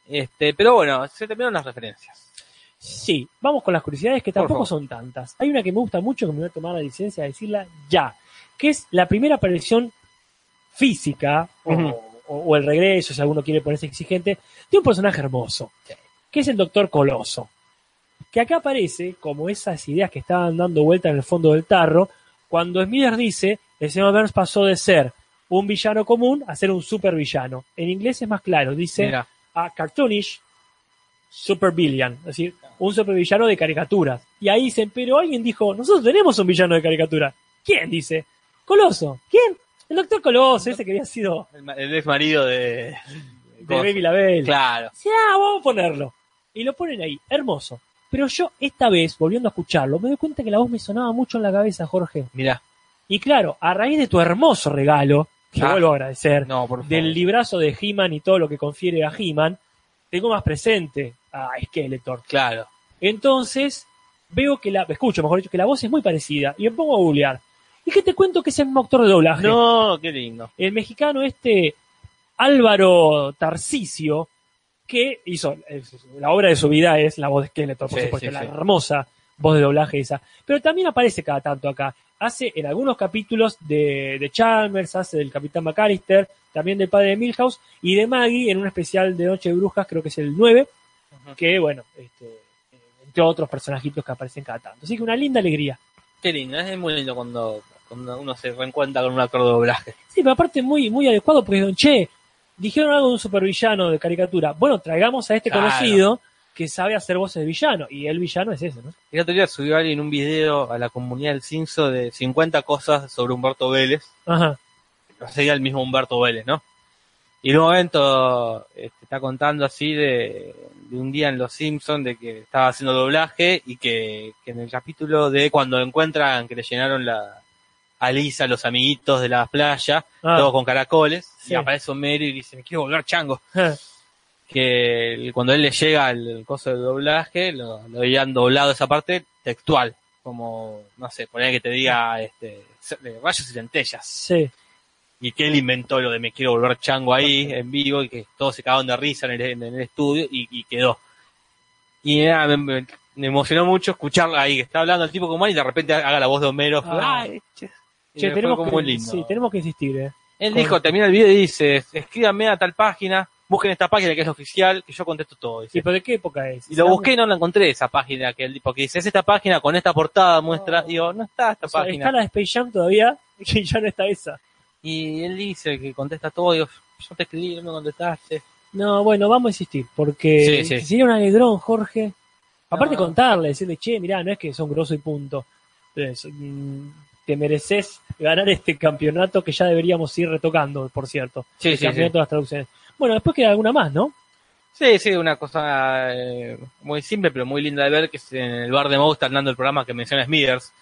B: Este, pero bueno, se terminaron las referencias.
A: Sí, vamos con las curiosidades que
B: Por
A: tampoco
B: favor.
A: son tantas. Hay una que me gusta mucho que me voy a tomar la licencia de decirla ya, que es la primera aparición física o-
B: Ujú.
A: o, o el regreso, si alguno quiere ponerse exigente, de un personaje hermoso, que es el Doctor Coloso, que acá aparece como esas ideas que estaban dando vuelta en el fondo del tarro, cuando Smithers dice, el señor Burns pasó de ser un villano común a ser un supervillano. En inglés es más claro, dice
B: Mira,
A: a cartoonish supervillain, es decir, un supervillano de caricaturas. Y ahí dicen, pero alguien dijo, nosotros tenemos un villano de caricatura. ¿Quién? Dice, Coloso. ¿Quién? El doctor Coloso, ese que había sido
B: el, ma- el ex marido de,
A: de Baby Label.
B: Claro.
A: Dice, ah, vamos a ponerlo. Y lo ponen ahí, hermoso. Pero yo esta vez, volviendo a escucharlo, me doy cuenta que la voz me sonaba mucho en la cabeza, Jorge.
B: Mira,
A: Y claro, a raíz de tu hermoso regalo, que
B: Ah.
A: vuelvo a agradecer,
B: no, por favor.
A: del librazo de He-Man y todo lo que confiere a He-Man, tengo más presente a Skeletor.
B: Claro.
A: Entonces, veo que la, escucho mejor dicho, que la voz es muy parecida y me pongo a googlear. Y que te cuento que es el mismo actor de doblaje.
B: No, qué lindo.
A: El mexicano este Álvaro Tarcisio, que hizo, es- la obra de su vida es la voz de Skeletor, por
B: Sí,
A: supuesto,
B: sí,
A: la
B: sí.
A: hermosa voz de doblaje esa. Pero también aparece cada tanto acá. Hace en algunos capítulos de, de Chalmers, hace del Capitán McAllister, también del padre de Milhouse y de Maggie en un especial de Noche de Brujas, creo que es el 9,
B: Ujú.
A: que bueno, este, eh, entre otros personajitos que aparecen cada tanto. Así que una linda alegría.
B: Qué lindo, es muy lindo cuando, cuando uno se reencuentra con un actor de doblaje.
A: Sí, pero aparte muy, muy adecuado porque dijeron, che, dijeron algo de un supervillano de caricatura. Bueno, traigamos a este
B: Claro.
A: conocido que sabe hacer voces de villano. Y el villano es ese, ¿no?
B: El otro día subió alguien un video a la comunidad del Cinso de 50 cosas sobre Humberto Vélez.
A: Ajá.
B: Lo sería el mismo Humberto Vélez, ¿no? Y en un momento este, está contando así de, de un día en Los Simpsons de que estaba haciendo doblaje y que, que en el capítulo de cuando encuentran que le llenaron la a Lisa, los amiguitos de la playa,
A: Ah,
B: todos con caracoles,
A: Sí.
B: y aparece Homero y dice, me quiero volver chango.
A: ajá.
B: que el- cuando él le llega el, el coso de doblaje, lo, lo habían doblado esa parte textual, como, no sé, poner que te diga este, se- de rayos y lentillas.
A: Sí.
B: Y que él inventó lo de me quiero volver chango ahí en vivo y que todos se cagaron de risa en el, en el estudio y, y quedó. Y nada, me, me- me emocionó mucho escuchar ahí que está hablando el tipo como él y de repente haga la voz de Homero. fue,
A: Ah.
B: "Ay, che". Y
A: Che,
B: fue
A: tenemos
B: como
A: que,
B: muy lindo.
A: sí, tenemos que insistir, ¿eh?
B: Él dijo, termina el video y dice, escríbanme a tal página, busquen esta página que es la oficial, que yo contesto todo. Dice.
A: Sí, pero ¿de qué época es?
B: Y lo busqué y no la encontré esa página que él dijo, que dice, es esta página con esta portada muestra,
A: No.
B: digo, no está esta
A: O sea,
B: página.
A: está la de Space Jam todavía, [LAUGHS] que ya no está esa.
B: Y él dice que contesta todo, digo, yo te escribí, no me contestaste.
A: No, bueno, vamos a insistir, porque
B: Sí, sí.
A: sería un alegrón, Jorge. Aparte
B: No.
A: contarle, decirle, che, mirá, no es que son grosso y punto. Es, mm, te mereces ganar este campeonato que ya deberíamos ir retocando, por cierto.
B: Sí,
A: el
B: sí, sí.
A: campeonato de las traducciones. Bueno, después queda alguna más, ¿no?
B: Sí, sí, una cosa eh, muy simple pero muy linda de ver, que es en el bar de Moe está andando el programa que menciona Smithers,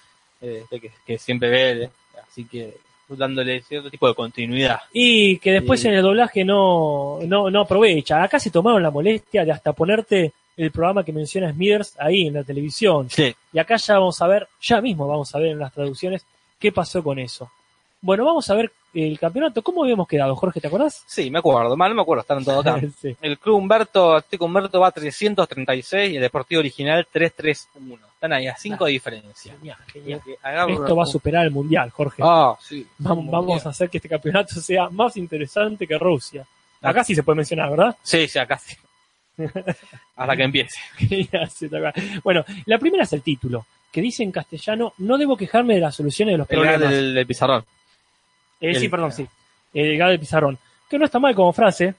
B: eh, este que, que siempre ve él, eh. así que dándole cierto tipo de continuidad.
A: Y que después
B: Sí.
A: en el doblaje no, no, no aprovecha. Acá se tomaron la molestia de hasta ponerte el programa que menciona Smithers ahí en la televisión.
B: Sí,
A: Y acá ya vamos a ver, ya mismo vamos a ver en las traducciones qué pasó con eso. Bueno, vamos a ver el campeonato. ¿Cómo habíamos quedado, Jorge? ¿Te acordás?
B: sí, me acuerdo, mal, no me acuerdo, estaban todos acá.
A: [LAUGHS] Sí.
B: El Club Humberto, Atlético Humberto va 336 y el Deportivo Original 331. Están ahí a 5 de diferencia.
A: Genial, genial. Esto
B: Esto
A: va a superar el mundial, Jorge.
B: Ah, sí.
A: Vamos, vamos a hacer que este campeonato sea más interesante que Rusia.
B: Ah.
A: Acá sí se puede mencionar, ¿verdad? [LAUGHS]
B: Sí, sí, acá sí. Hasta que empiece.
A: Genial, sí, tal cual. bueno, la primera es el título, que dice en castellano, no debo quejarme de las soluciones de los
B: El lugar
A: problemas.
B: del, del pizarrón.
A: Eh,
B: el-
A: sí, perdón, sí. El gas del pizarrón. Que no está mal como frase,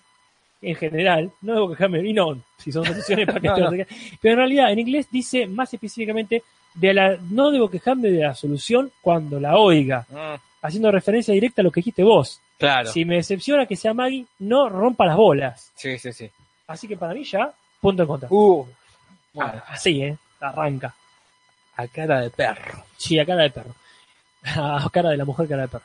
A: en general. No debo quejarme, y no, si son
B: [LAUGHS]
A: soluciones para que
B: No,
A: te-
B: no.
A: Pero en realidad, en inglés dice más específicamente, de la, no debo quejarme de la solución cuando la oiga,
B: Mm,
A: haciendo referencia directa a lo que dijiste vos.
B: Claro.
A: Si me decepciona que sea Maggie, no rompa las bolas.
B: Sí, sí, sí.
A: Así que para mí ya, punto en contra.
B: Uh,
A: Ah, así, ¿eh? Arranca.
B: a cara de perro.
A: Sí, a cara de perro. [LAUGHS] A cara de la mujer, cara de perro.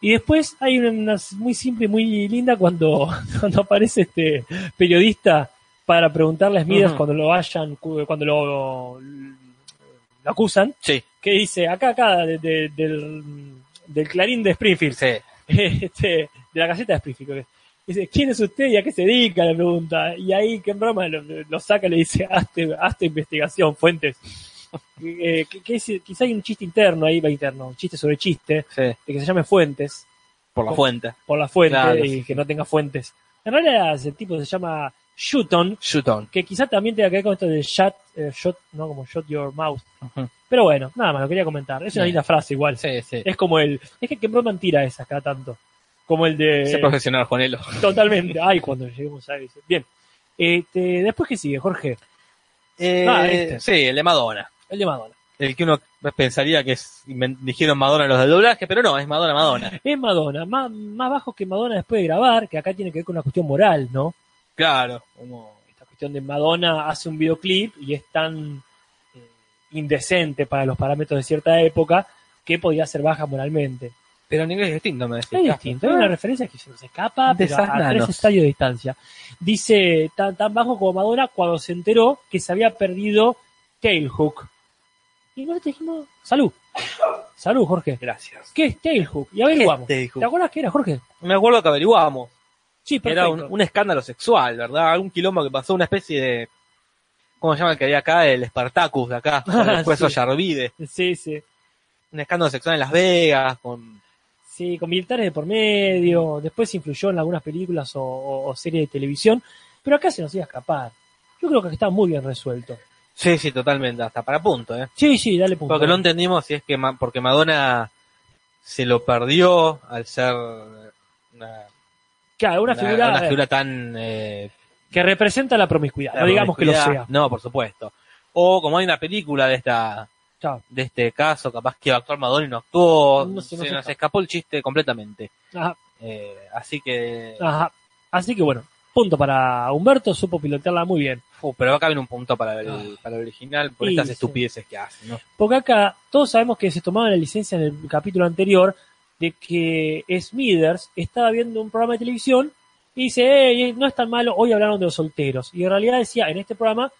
A: Y después hay una, una muy simple y muy linda cuando, [LAUGHS] cuando aparece este periodista para preguntarle a Smithers
B: Ujú.
A: cuando lo vayan, cuando lo, lo acusan,
B: Sí,
A: que dice, acá, acá, de- de- del, del clarín de Springfield,
B: sí.
A: este, de la galleta de Springfield. creo que es. Dice, ¿quién es usted y a qué se dedica? Le pregunta. Y ahí, que en broma, lo, lo saca y le dice, hazte, hazte investigación, fuentes. Eh, que, que es- quizá hay un chiste interno ahí, va interno, un chiste sobre chiste,
B: sí.
A: de que se llame fuentes,
B: Por la fuente.
A: por la fuente,
B: Claro.
A: y que no tenga fuentes. En realidad, ese tipo se llama Shuton,
B: Shoot on.
A: que quizá también tenga que ver con esto de shut, eh, shut, no, como shut your mouth.
B: Ujú.
A: Pero bueno, nada más, lo quería comentar. Es una
B: Bien.
A: linda frase igual.
B: Sí, sí.
A: Es como el, es que que Broman tira esa cada tanto. Como el de...
B: Sé profesional, Juanelo.
A: Totalmente. Ay, cuando lleguemos a eso. Bien. Este, después que sigue, Jorge,
B: Eh,
A: Ah, este.
B: Sí, el de Madonna.
A: el de Madonna.
B: El que uno pensaría que es- inven- dijeron Madonna los del doblaje, pero no, es
A: [LAUGHS]
B: Madonna, Madonna.
A: Es Madonna, más, más bajo que Madonna después de grabar, que acá tiene que ver con una cuestión moral, ¿no?
B: Claro. Como...
A: Esta cuestión de Madonna hace un videoclip y es tan eh, indecente para los parámetros de cierta época que podía ser baja moralmente.
B: Pero en inglés es distinto, me decís.
A: Es distinto, ah. es una referencia que se nos escapa,
B: De
A: pero a- a,
B: esas
A: tres
B: nanos.
A: estadios de distancia. Dice tan, tan bajo como Madonna cuando se enteró que se había perdido Tailhook. Y nosotros dijimos, salud, salud Jorge.
B: Gracias.
A: ¿Qué es Tailhook? Y averiguamos.
B: Te dijo?
A: ¿Te acuerdas qué era Jorge?
B: Me acuerdo que averiguamos.
A: Sí,
B: Era
A: perfecto.
B: un, un escándalo sexual, ¿verdad? Algún quilombo que pasó, una especie de. ¿Cómo se llama el que había acá? El Spartacus
A: [LAUGHS]
B: de acá, con
A: Ah,
B: el juez
A: sí.
B: Ollarvide.
A: Sí, sí.
B: Un escándalo sexual en Las Vegas, con.
A: Sí, con militares de por medio. Después influyó en algunas películas o, o- o series de televisión. Pero acá se nos iba a escapar. Yo creo que está muy bien resuelto.
B: Sí, sí, totalmente, hasta para punto, ¿eh?
A: Sí, sí, dale punto.
B: Porque no entendimos si es que. Ma- Porque Madonna se lo perdió al ser. Una,
A: Claro, una figura,
B: una figura tan. eh,
A: que representa la promiscuidad. no digamos que lo sea.
B: promiscuidad. No, por supuesto. O como hay una película de esta.
A: Chao.
B: de este caso, capaz que iba a actuar Madonna y no actuó,
A: No sé,
B: se,
A: no sé.
B: nos escapó el chiste completamente.
A: Ajá,
B: Eh, así que,
A: ajá. Así que bueno, punto para Humberto, supo pilotearla muy bien.
B: fu, uh, pero acá viene un punto para el, para el original por
A: Ah. Y
B: estas
A: sí.
B: estupideces que hacen, ¿no?
A: Porque acá todos sabemos que se tomaba la licencia en el capítulo anterior de que Smithers estaba viendo un programa de televisión y dice, "Ey, no es tan malo, hoy hablaron de los solteros. Y en realidad decía, en este programa,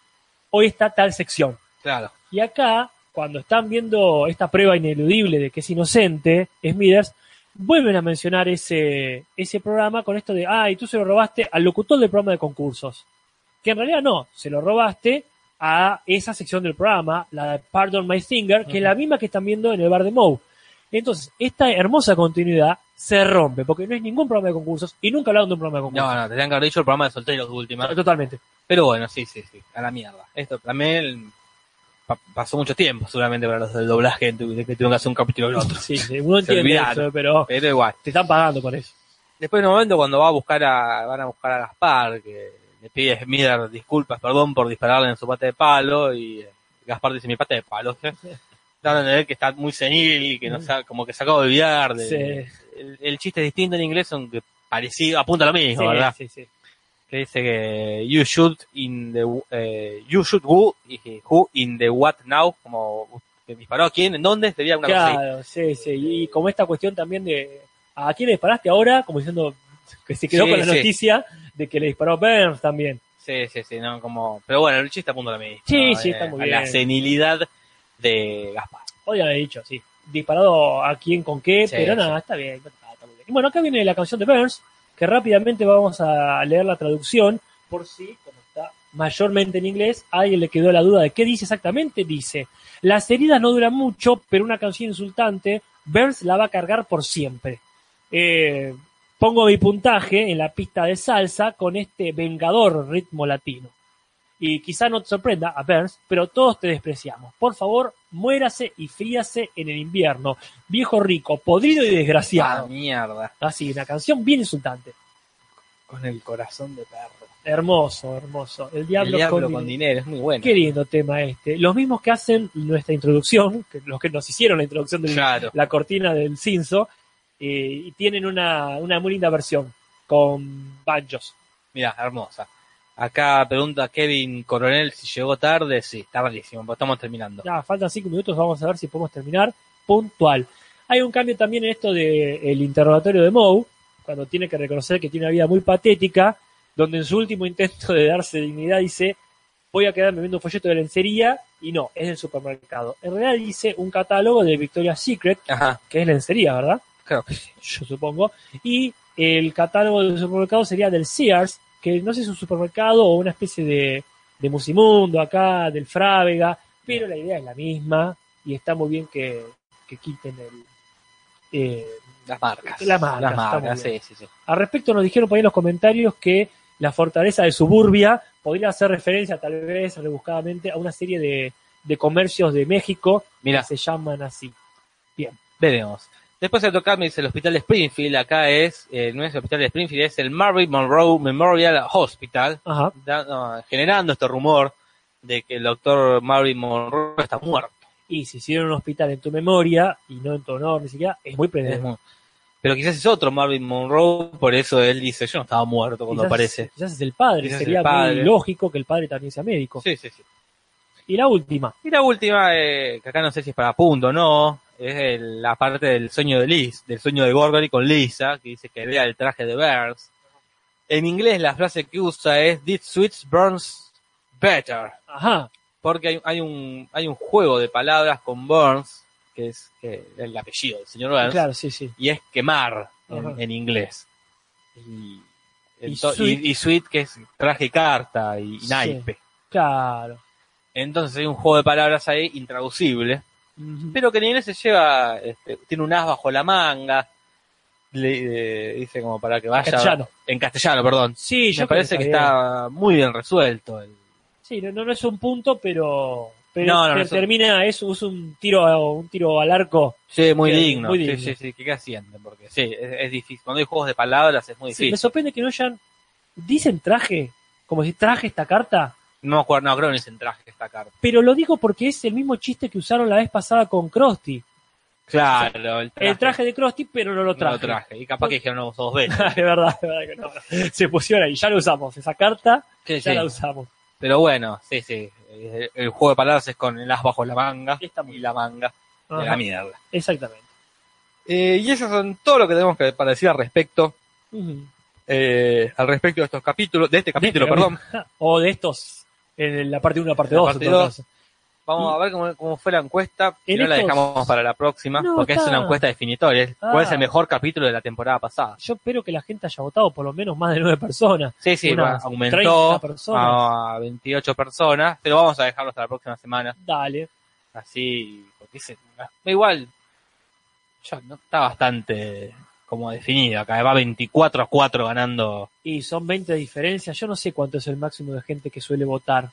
A: hoy está tal sección.
B: Claro,
A: Y acá, cuando están viendo esta prueba ineludible de que es inocente, Smithers, vuelven a mencionar ese, ese programa con esto de, ah, y tú se lo robaste al locutor del programa de concursos. Que en realidad no, se lo robaste a esa sección del programa, la de Pardon My Finger, que es la misma que están viendo en el bar de Moe. Entonces, esta hermosa continuidad se rompe, porque no es ningún programa de concursos y nunca hablaron de un programa de concursos.
B: no, no, tendrían que haber dicho el programa de solteros de última.
A: Totalmente.
B: Pero bueno, sí, sí, sí, a la mierda. Esto también pa- pasó mucho tiempo, seguramente, para los del doblaje que tu- que tuvieron que hacer un capítulo y el otro.
A: Sí, sí, uno entiende
B: olvidaron.
A: eso, pero
B: Pero igual.
A: te están pagando por eso.
B: Después en un momento cuando va a buscar a, van a buscar a Gaspar, que le pide a Smither disculpas, perdón por dispararle en su pata de palo, y eh, Gaspar dice mi pata de palo. Dando a entender que está muy senil y que no sa- como que se acaba de olvidar. de- el, el chiste es distinto en inglés, aunque parecido, apunta a lo mismo,
A: Sí,
B: ¿verdad?
A: sí, sí.
B: Que dice que you should in the eh, you should who, y- who in the what now, como que disparó a quién, en dónde, sería una cosa así.
A: Claro, sí, sí. Y como esta cuestión también de a quién le disparaste ahora, como diciendo que se quedó
B: Sí,
A: con la
B: sí.
A: noticia de que le disparó a Burns también.
B: Sí, sí, sí, no, como. Pero bueno, el chiste apunta a lo mismo.
A: Sí,
B: ¿no? Eh,
A: sí, está muy
B: a La
A: bien.
B: senilidad de Gaspar.
A: Hoy había dicho, sí. Disparado a quién con qué,
B: Sí,
A: pero
B: sí.
A: nada, está bien. está- está muy bien. Y bueno, acá viene la canción de Burns, que rápidamente vamos a leer la traducción, por si, como está mayormente en inglés, a alguien le quedó la duda de qué dice exactamente. Dice: Las heridas no duran mucho, pero una canción insultante, Burns la va a cargar por siempre. Eh, pongo mi puntaje en la pista de salsa con este vengador ritmo latino. Y quizá no te sorprenda a Burns, pero todos te despreciamos. Por favor, muérase y fríase en el invierno. Viejo rico, podrido y
B: Ah,
A: desgraciado.
B: mierda.
A: Así, una canción bien insultante.
B: Con el corazón de perro.
A: Hermoso, hermoso. El
B: el
A: diablo,
B: diablo
A: con dinero.
B: con, dinero, es muy bueno.
A: Qué lindo tema este. Los mismos que hacen nuestra introducción, que los que nos hicieron la introducción de
B: Claro.
A: la cortina del cinzo, eh, y tienen una, una muy linda versión con banjos.
B: Mira, hermosa. Acá pregunta Kevin Coronel si llegó tarde. Sí, está malísimo, pero estamos terminando.
A: Ya, faltan cinco minutos, vamos a ver si podemos terminar puntual. Hay un cambio también en esto del el interrogatorio de Moe, cuando tiene que reconocer que tiene una vida muy patética, donde en su último intento de darse dignidad dice, voy a quedarme viendo un folleto de lencería, y no, es del supermercado. En realidad dice un catálogo de Victoria's Secret,
B: Ajá,
A: que es lencería, ¿verdad?
B: creo que sí.
A: yo supongo, y el catálogo del supermercado sería del Sears, que no sé si es un supermercado o una especie de, de Musimundo acá, del Frávega, pero la idea es la misma y está muy bien que, que quiten el... eh,
B: Las marcas.
A: Las marcas,
B: Las
A: está muy
B: marcas, sí,
A: bien.
B: sí, sí.
A: Al respecto nos dijeron por ahí en los comentarios que la fortaleza de Suburbia podría hacer referencia tal vez rebuscadamente a una serie de, de comercios de México
B: Mira,
A: que se llaman así.
B: veremos. Después de tocar me dice el Hospital de Springfield. Acá es, eh, no es el Hospital de Springfield, es el Mary Monroe Memorial Hospital.
A: Ajá.
B: Da- no, generando este rumor de que el doctor Mary Monroe está muerto.
A: Y si hicieron un hospital en tu memoria y no en tu honor ni siquiera, es muy
B: Es
A: predecible.
B: mu- Pero quizás es otro Marvin Monroe, por eso él dice, yo no estaba muerto cuando
A: Quizás-
B: aparece.
A: Quizás es el padre,
B: Quizás es
A: sería
B: el padre.
A: muy lógico que el padre también sea médico.
B: Sí, sí, sí.
A: Y la última,
B: Y la última, eh, que acá no sé si es para punto o no, es el- la parte del sueño de Liz, del sueño de Gorgory con Lisa, que dice que vea el traje de Burns. En inglés la frase que usa es, This switch burns better.
A: ajá,
B: Porque hay, hay un, hay un juego de palabras con Burns, que es eh, el apellido del señor Burns.
A: claro, sí, sí.
B: y es quemar
A: Ajá.
B: en, en inglés. Y,
A: Y
B: ento-
A: suite.
B: y- y suite, que es traje carta y,
A: Sí.
B: naipe.
A: Claro.
B: Entonces hay un juego de palabras ahí intraducible,
A: Ujú.
B: pero que en inglés se lleva, este, tiene un as bajo la manga, le, eh, dice como para que vaya...
A: Castellano.
B: En castellano, perdón.
A: Sí, yo
B: Me
A: creo
B: parece que está muy bien resuelto. el-
A: bien. Sí, no, no, no es un punto, pero, pero
B: No, no,
A: te-
B: no es un-
A: termina, es, es un tiro a- un tiro al arco.
B: Sí, muy
A: Bien,
B: digno.
A: muy
B: sí,
A: digno.
B: sí, sí, que qué haciendo, porque sí, es, es difícil. Cuando hay juegos de palabras es muy
A: Sí, me
B: difícil.
A: sorprende que no hayan. Dicen traje, como si traje esta carta,
B: No me acuerdo, no creo que es en traje esta carta.
A: pero lo digo porque es el mismo chiste que usaron la vez pasada con Krusty.
B: Claro, el
A: El traje de Krusty, pero no lo
B: No
A: traje.
B: lo traje. Y capaz que dijeron no, dos
A: [LAUGHS]
B: veces.
A: de verdad, de verdad que no. Se pusieron ahí, ya lo usamos, esa carta
B: [LAUGHS] Sí,
A: ya
B: sí.
A: la usamos.
B: Pero bueno, sí, sí. El, el juego de palabras es con el as bajo la manga
A: Está muy
B: y la manga de
A: Ajá.
B: la mierda.
A: Exactamente.
B: Eh, y eso son todo lo que tenemos que para decir al respecto.
A: Ujú.
B: eh, al respecto de estos capítulos, de este capítulo, perdón.
A: O de estos, en la parte 1, la parte
B: La
A: 2.
B: parte dos. Vamos a ver cómo, cómo fue la encuesta. Si
A: En
B: no la
A: estos-
B: dejamos para la próxima,
A: No,
B: porque es
A: está.
B: una encuesta definitoria. es
A: Ah.
B: ¿Cuál es el mejor capítulo de la temporada pasada?
A: Yo espero que la gente haya votado por lo menos más de 9 personas.
B: Sí, sí,
A: Unas
B: aumentó
A: 30 personas.
B: a 28 personas, pero vamos a dejarlo hasta la próxima semana.
A: Dale.
B: así, porque se- igual, ya no, está bastante como definido acá, va 24 a 4 ganando
A: Y son 20 de diferencia. Yo no sé cuánto es el máximo de gente que suele votar.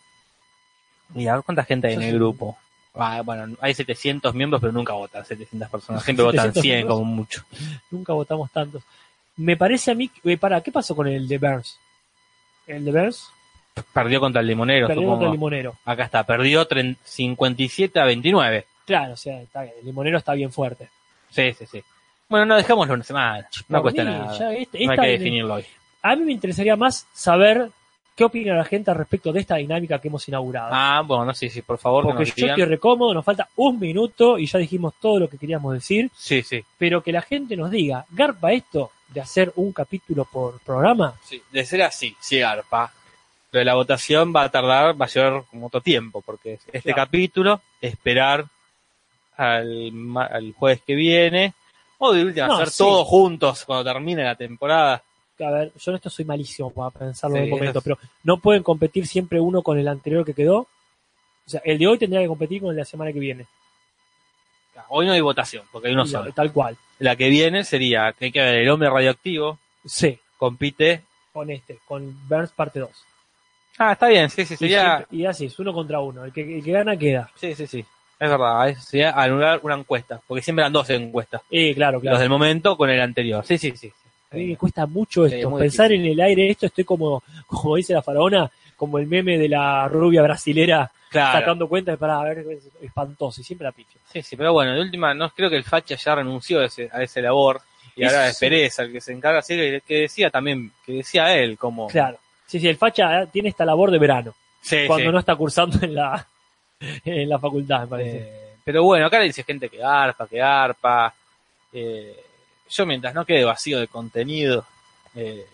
B: mira cuánta gente hay en
A: Yo
B: el
A: sí.
B: grupo. Ah, bueno, hay 700 miembros, pero nunca votan 700 personas,
A: [LAUGHS]
B: siempre votan
A: 700
B: 100
A: miembros.
B: como mucho.
A: Nunca votamos tantos. Me parece a mí. que- eh, pará, ¿qué pasó con el de Burns? El de Burns
B: Perdió contra el limonero,
A: perdió
B: supongo.
A: contra el limonero.
B: Acá está, perdió tren- 57 a 29.
A: Claro, o sea, está bien, el limonero está bien fuerte.
B: Sí, sí, sí. Bueno, no, dejémoslo una semana, no
A: Por
B: cuesta
A: mí,
B: nada.
A: ya este-
B: no hay
A: esta
B: que
A: en-
B: definirlo hoy.
A: A mí me interesaría más saber qué opina la gente al respecto de esta dinámica que hemos inaugurado.
B: Ah, bueno, sí, sí, por favor. que
A: Porque
B: nos
A: yo
B: digan.
A: te recomodo, nos falta un minuto y ya dijimos todo lo que queríamos decir,
B: Sí, sí,
A: pero que la gente nos diga, ¿garpa esto de hacer un capítulo por programa?
B: Sí, de ser así, sí, Garpa. Lo de la votación va a tardar, va a llevar como otro tiempo, porque es este
A: Claro.
B: capítulo, esperar al, ma- al jueves que viene, o de última,
A: No,
B: hacer
A: sí.
B: todos juntos cuando termine la temporada.
A: A ver, yo en esto soy malísimo para pensarlo
B: Sí,
A: en el momento,
B: es-
A: pero no pueden competir siempre uno con el anterior que quedó. O sea, el de hoy tendría que competir con el de la semana que viene.
B: Hoy no hay votación, porque hay uno
A: Y la-
B: solo.
A: tal cual.
B: La que viene sería que hay que ver el hombre radioactivo,
A: Sí,
B: compite.
A: con este, con Burns parte 2.
B: Ah, está bien, sí, sí,
A: Y,
B: sería.
A: siempre- y así, es uno contra uno. El que, el que gana queda.
B: Sí, sí, sí. Es verdad, es- sería anular una encuesta, porque siempre eran dos encuestas.
A: Eh, claro, claro.
B: Los del momento con el anterior. Sí, sí, sí.
A: A mí me cuesta mucho
B: Sí,
A: esto.
B: muy
A: Pensar en el aire esto, estoy como, como dice la faraona, como el meme de la rubia brasilera
B: Claro.
A: sacando cuenta para ver, es espantoso y siempre la pifio.
B: Sí, sí, pero bueno, de última, no creo que el Facha ya renunció a, ese- a esa labor. Y ahora es
A: sí.
B: Pérez, el que se encarga, sí, el que decía también, que decía él, como...
A: Claro. Sí, sí, el facha eh, tiene esta labor de verano,
B: Oh. Sí,
A: cuando
B: sí.
A: no está cursando en la, [LAUGHS] en la facultad, me parece.
B: Eh, pero bueno, acá le dice gente que garpa, que garpa. Eh, yo mientras no quede vacío de contenido, eh,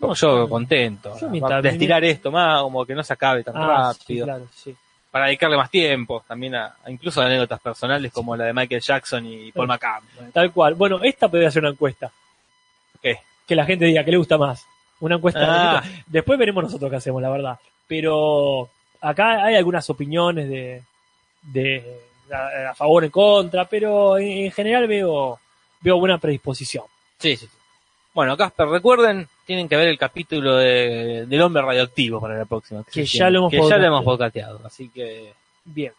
A: No,
B: yo
A: claro.
B: contento.
A: Yo mientras-
B: de estirar esto más, como que no se acabe tan
A: Ah, sí,
B: rápido.
A: claro, sí.
B: Para dedicarle más tiempo, también a, a incluso a anécdotas personales como la de Michael Jackson y Paul
A: Sí.
B: McCartney.
A: Tal cual. Bueno, esta podría ser una encuesta.
B: ¿Qué?
A: Que la gente diga que le gusta más. Una encuesta.
B: Ah.
A: Después veremos nosotros qué hacemos, la verdad. Pero acá hay algunas opiniones de, de- a, a favor en contra, pero en, en general veo, veo buena predisposición.
B: Sí, sí, sí. Bueno, Casper, recuerden, tienen que ver el capítulo de- del hombre radioactivo para la próxima.
A: Que
B: se
A: ya
B: tiene-
A: lo hemos
B: que ya lo
A: podcasteado.
B: hemos podcasteado. Así que
A: Bien.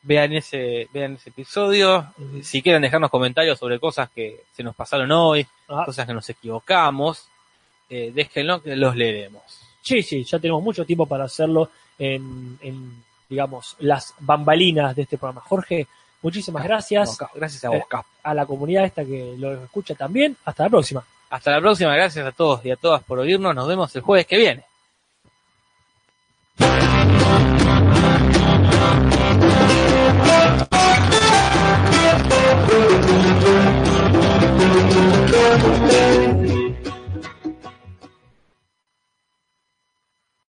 B: vean ese, vean ese episodio. Si quieren dejarnos comentarios sobre cosas que se nos pasaron hoy,
A: Ah,
B: cosas que nos equivocamos, eh, déjenlo que los leeremos.
A: sí, sí, ya tenemos mucho tiempo para hacerlo en, en, digamos, las bambalinas de este programa. Jorge, muchísimas gracias
B: Ah, No, Cas- gracias a vos,
A: Eh.
B: Cas.
A: a la comunidad esta que lo escucha también. Hasta la próxima.
B: Hasta la próxima, gracias a todos y a todas por oírnos. Nos vemos el jueves que viene.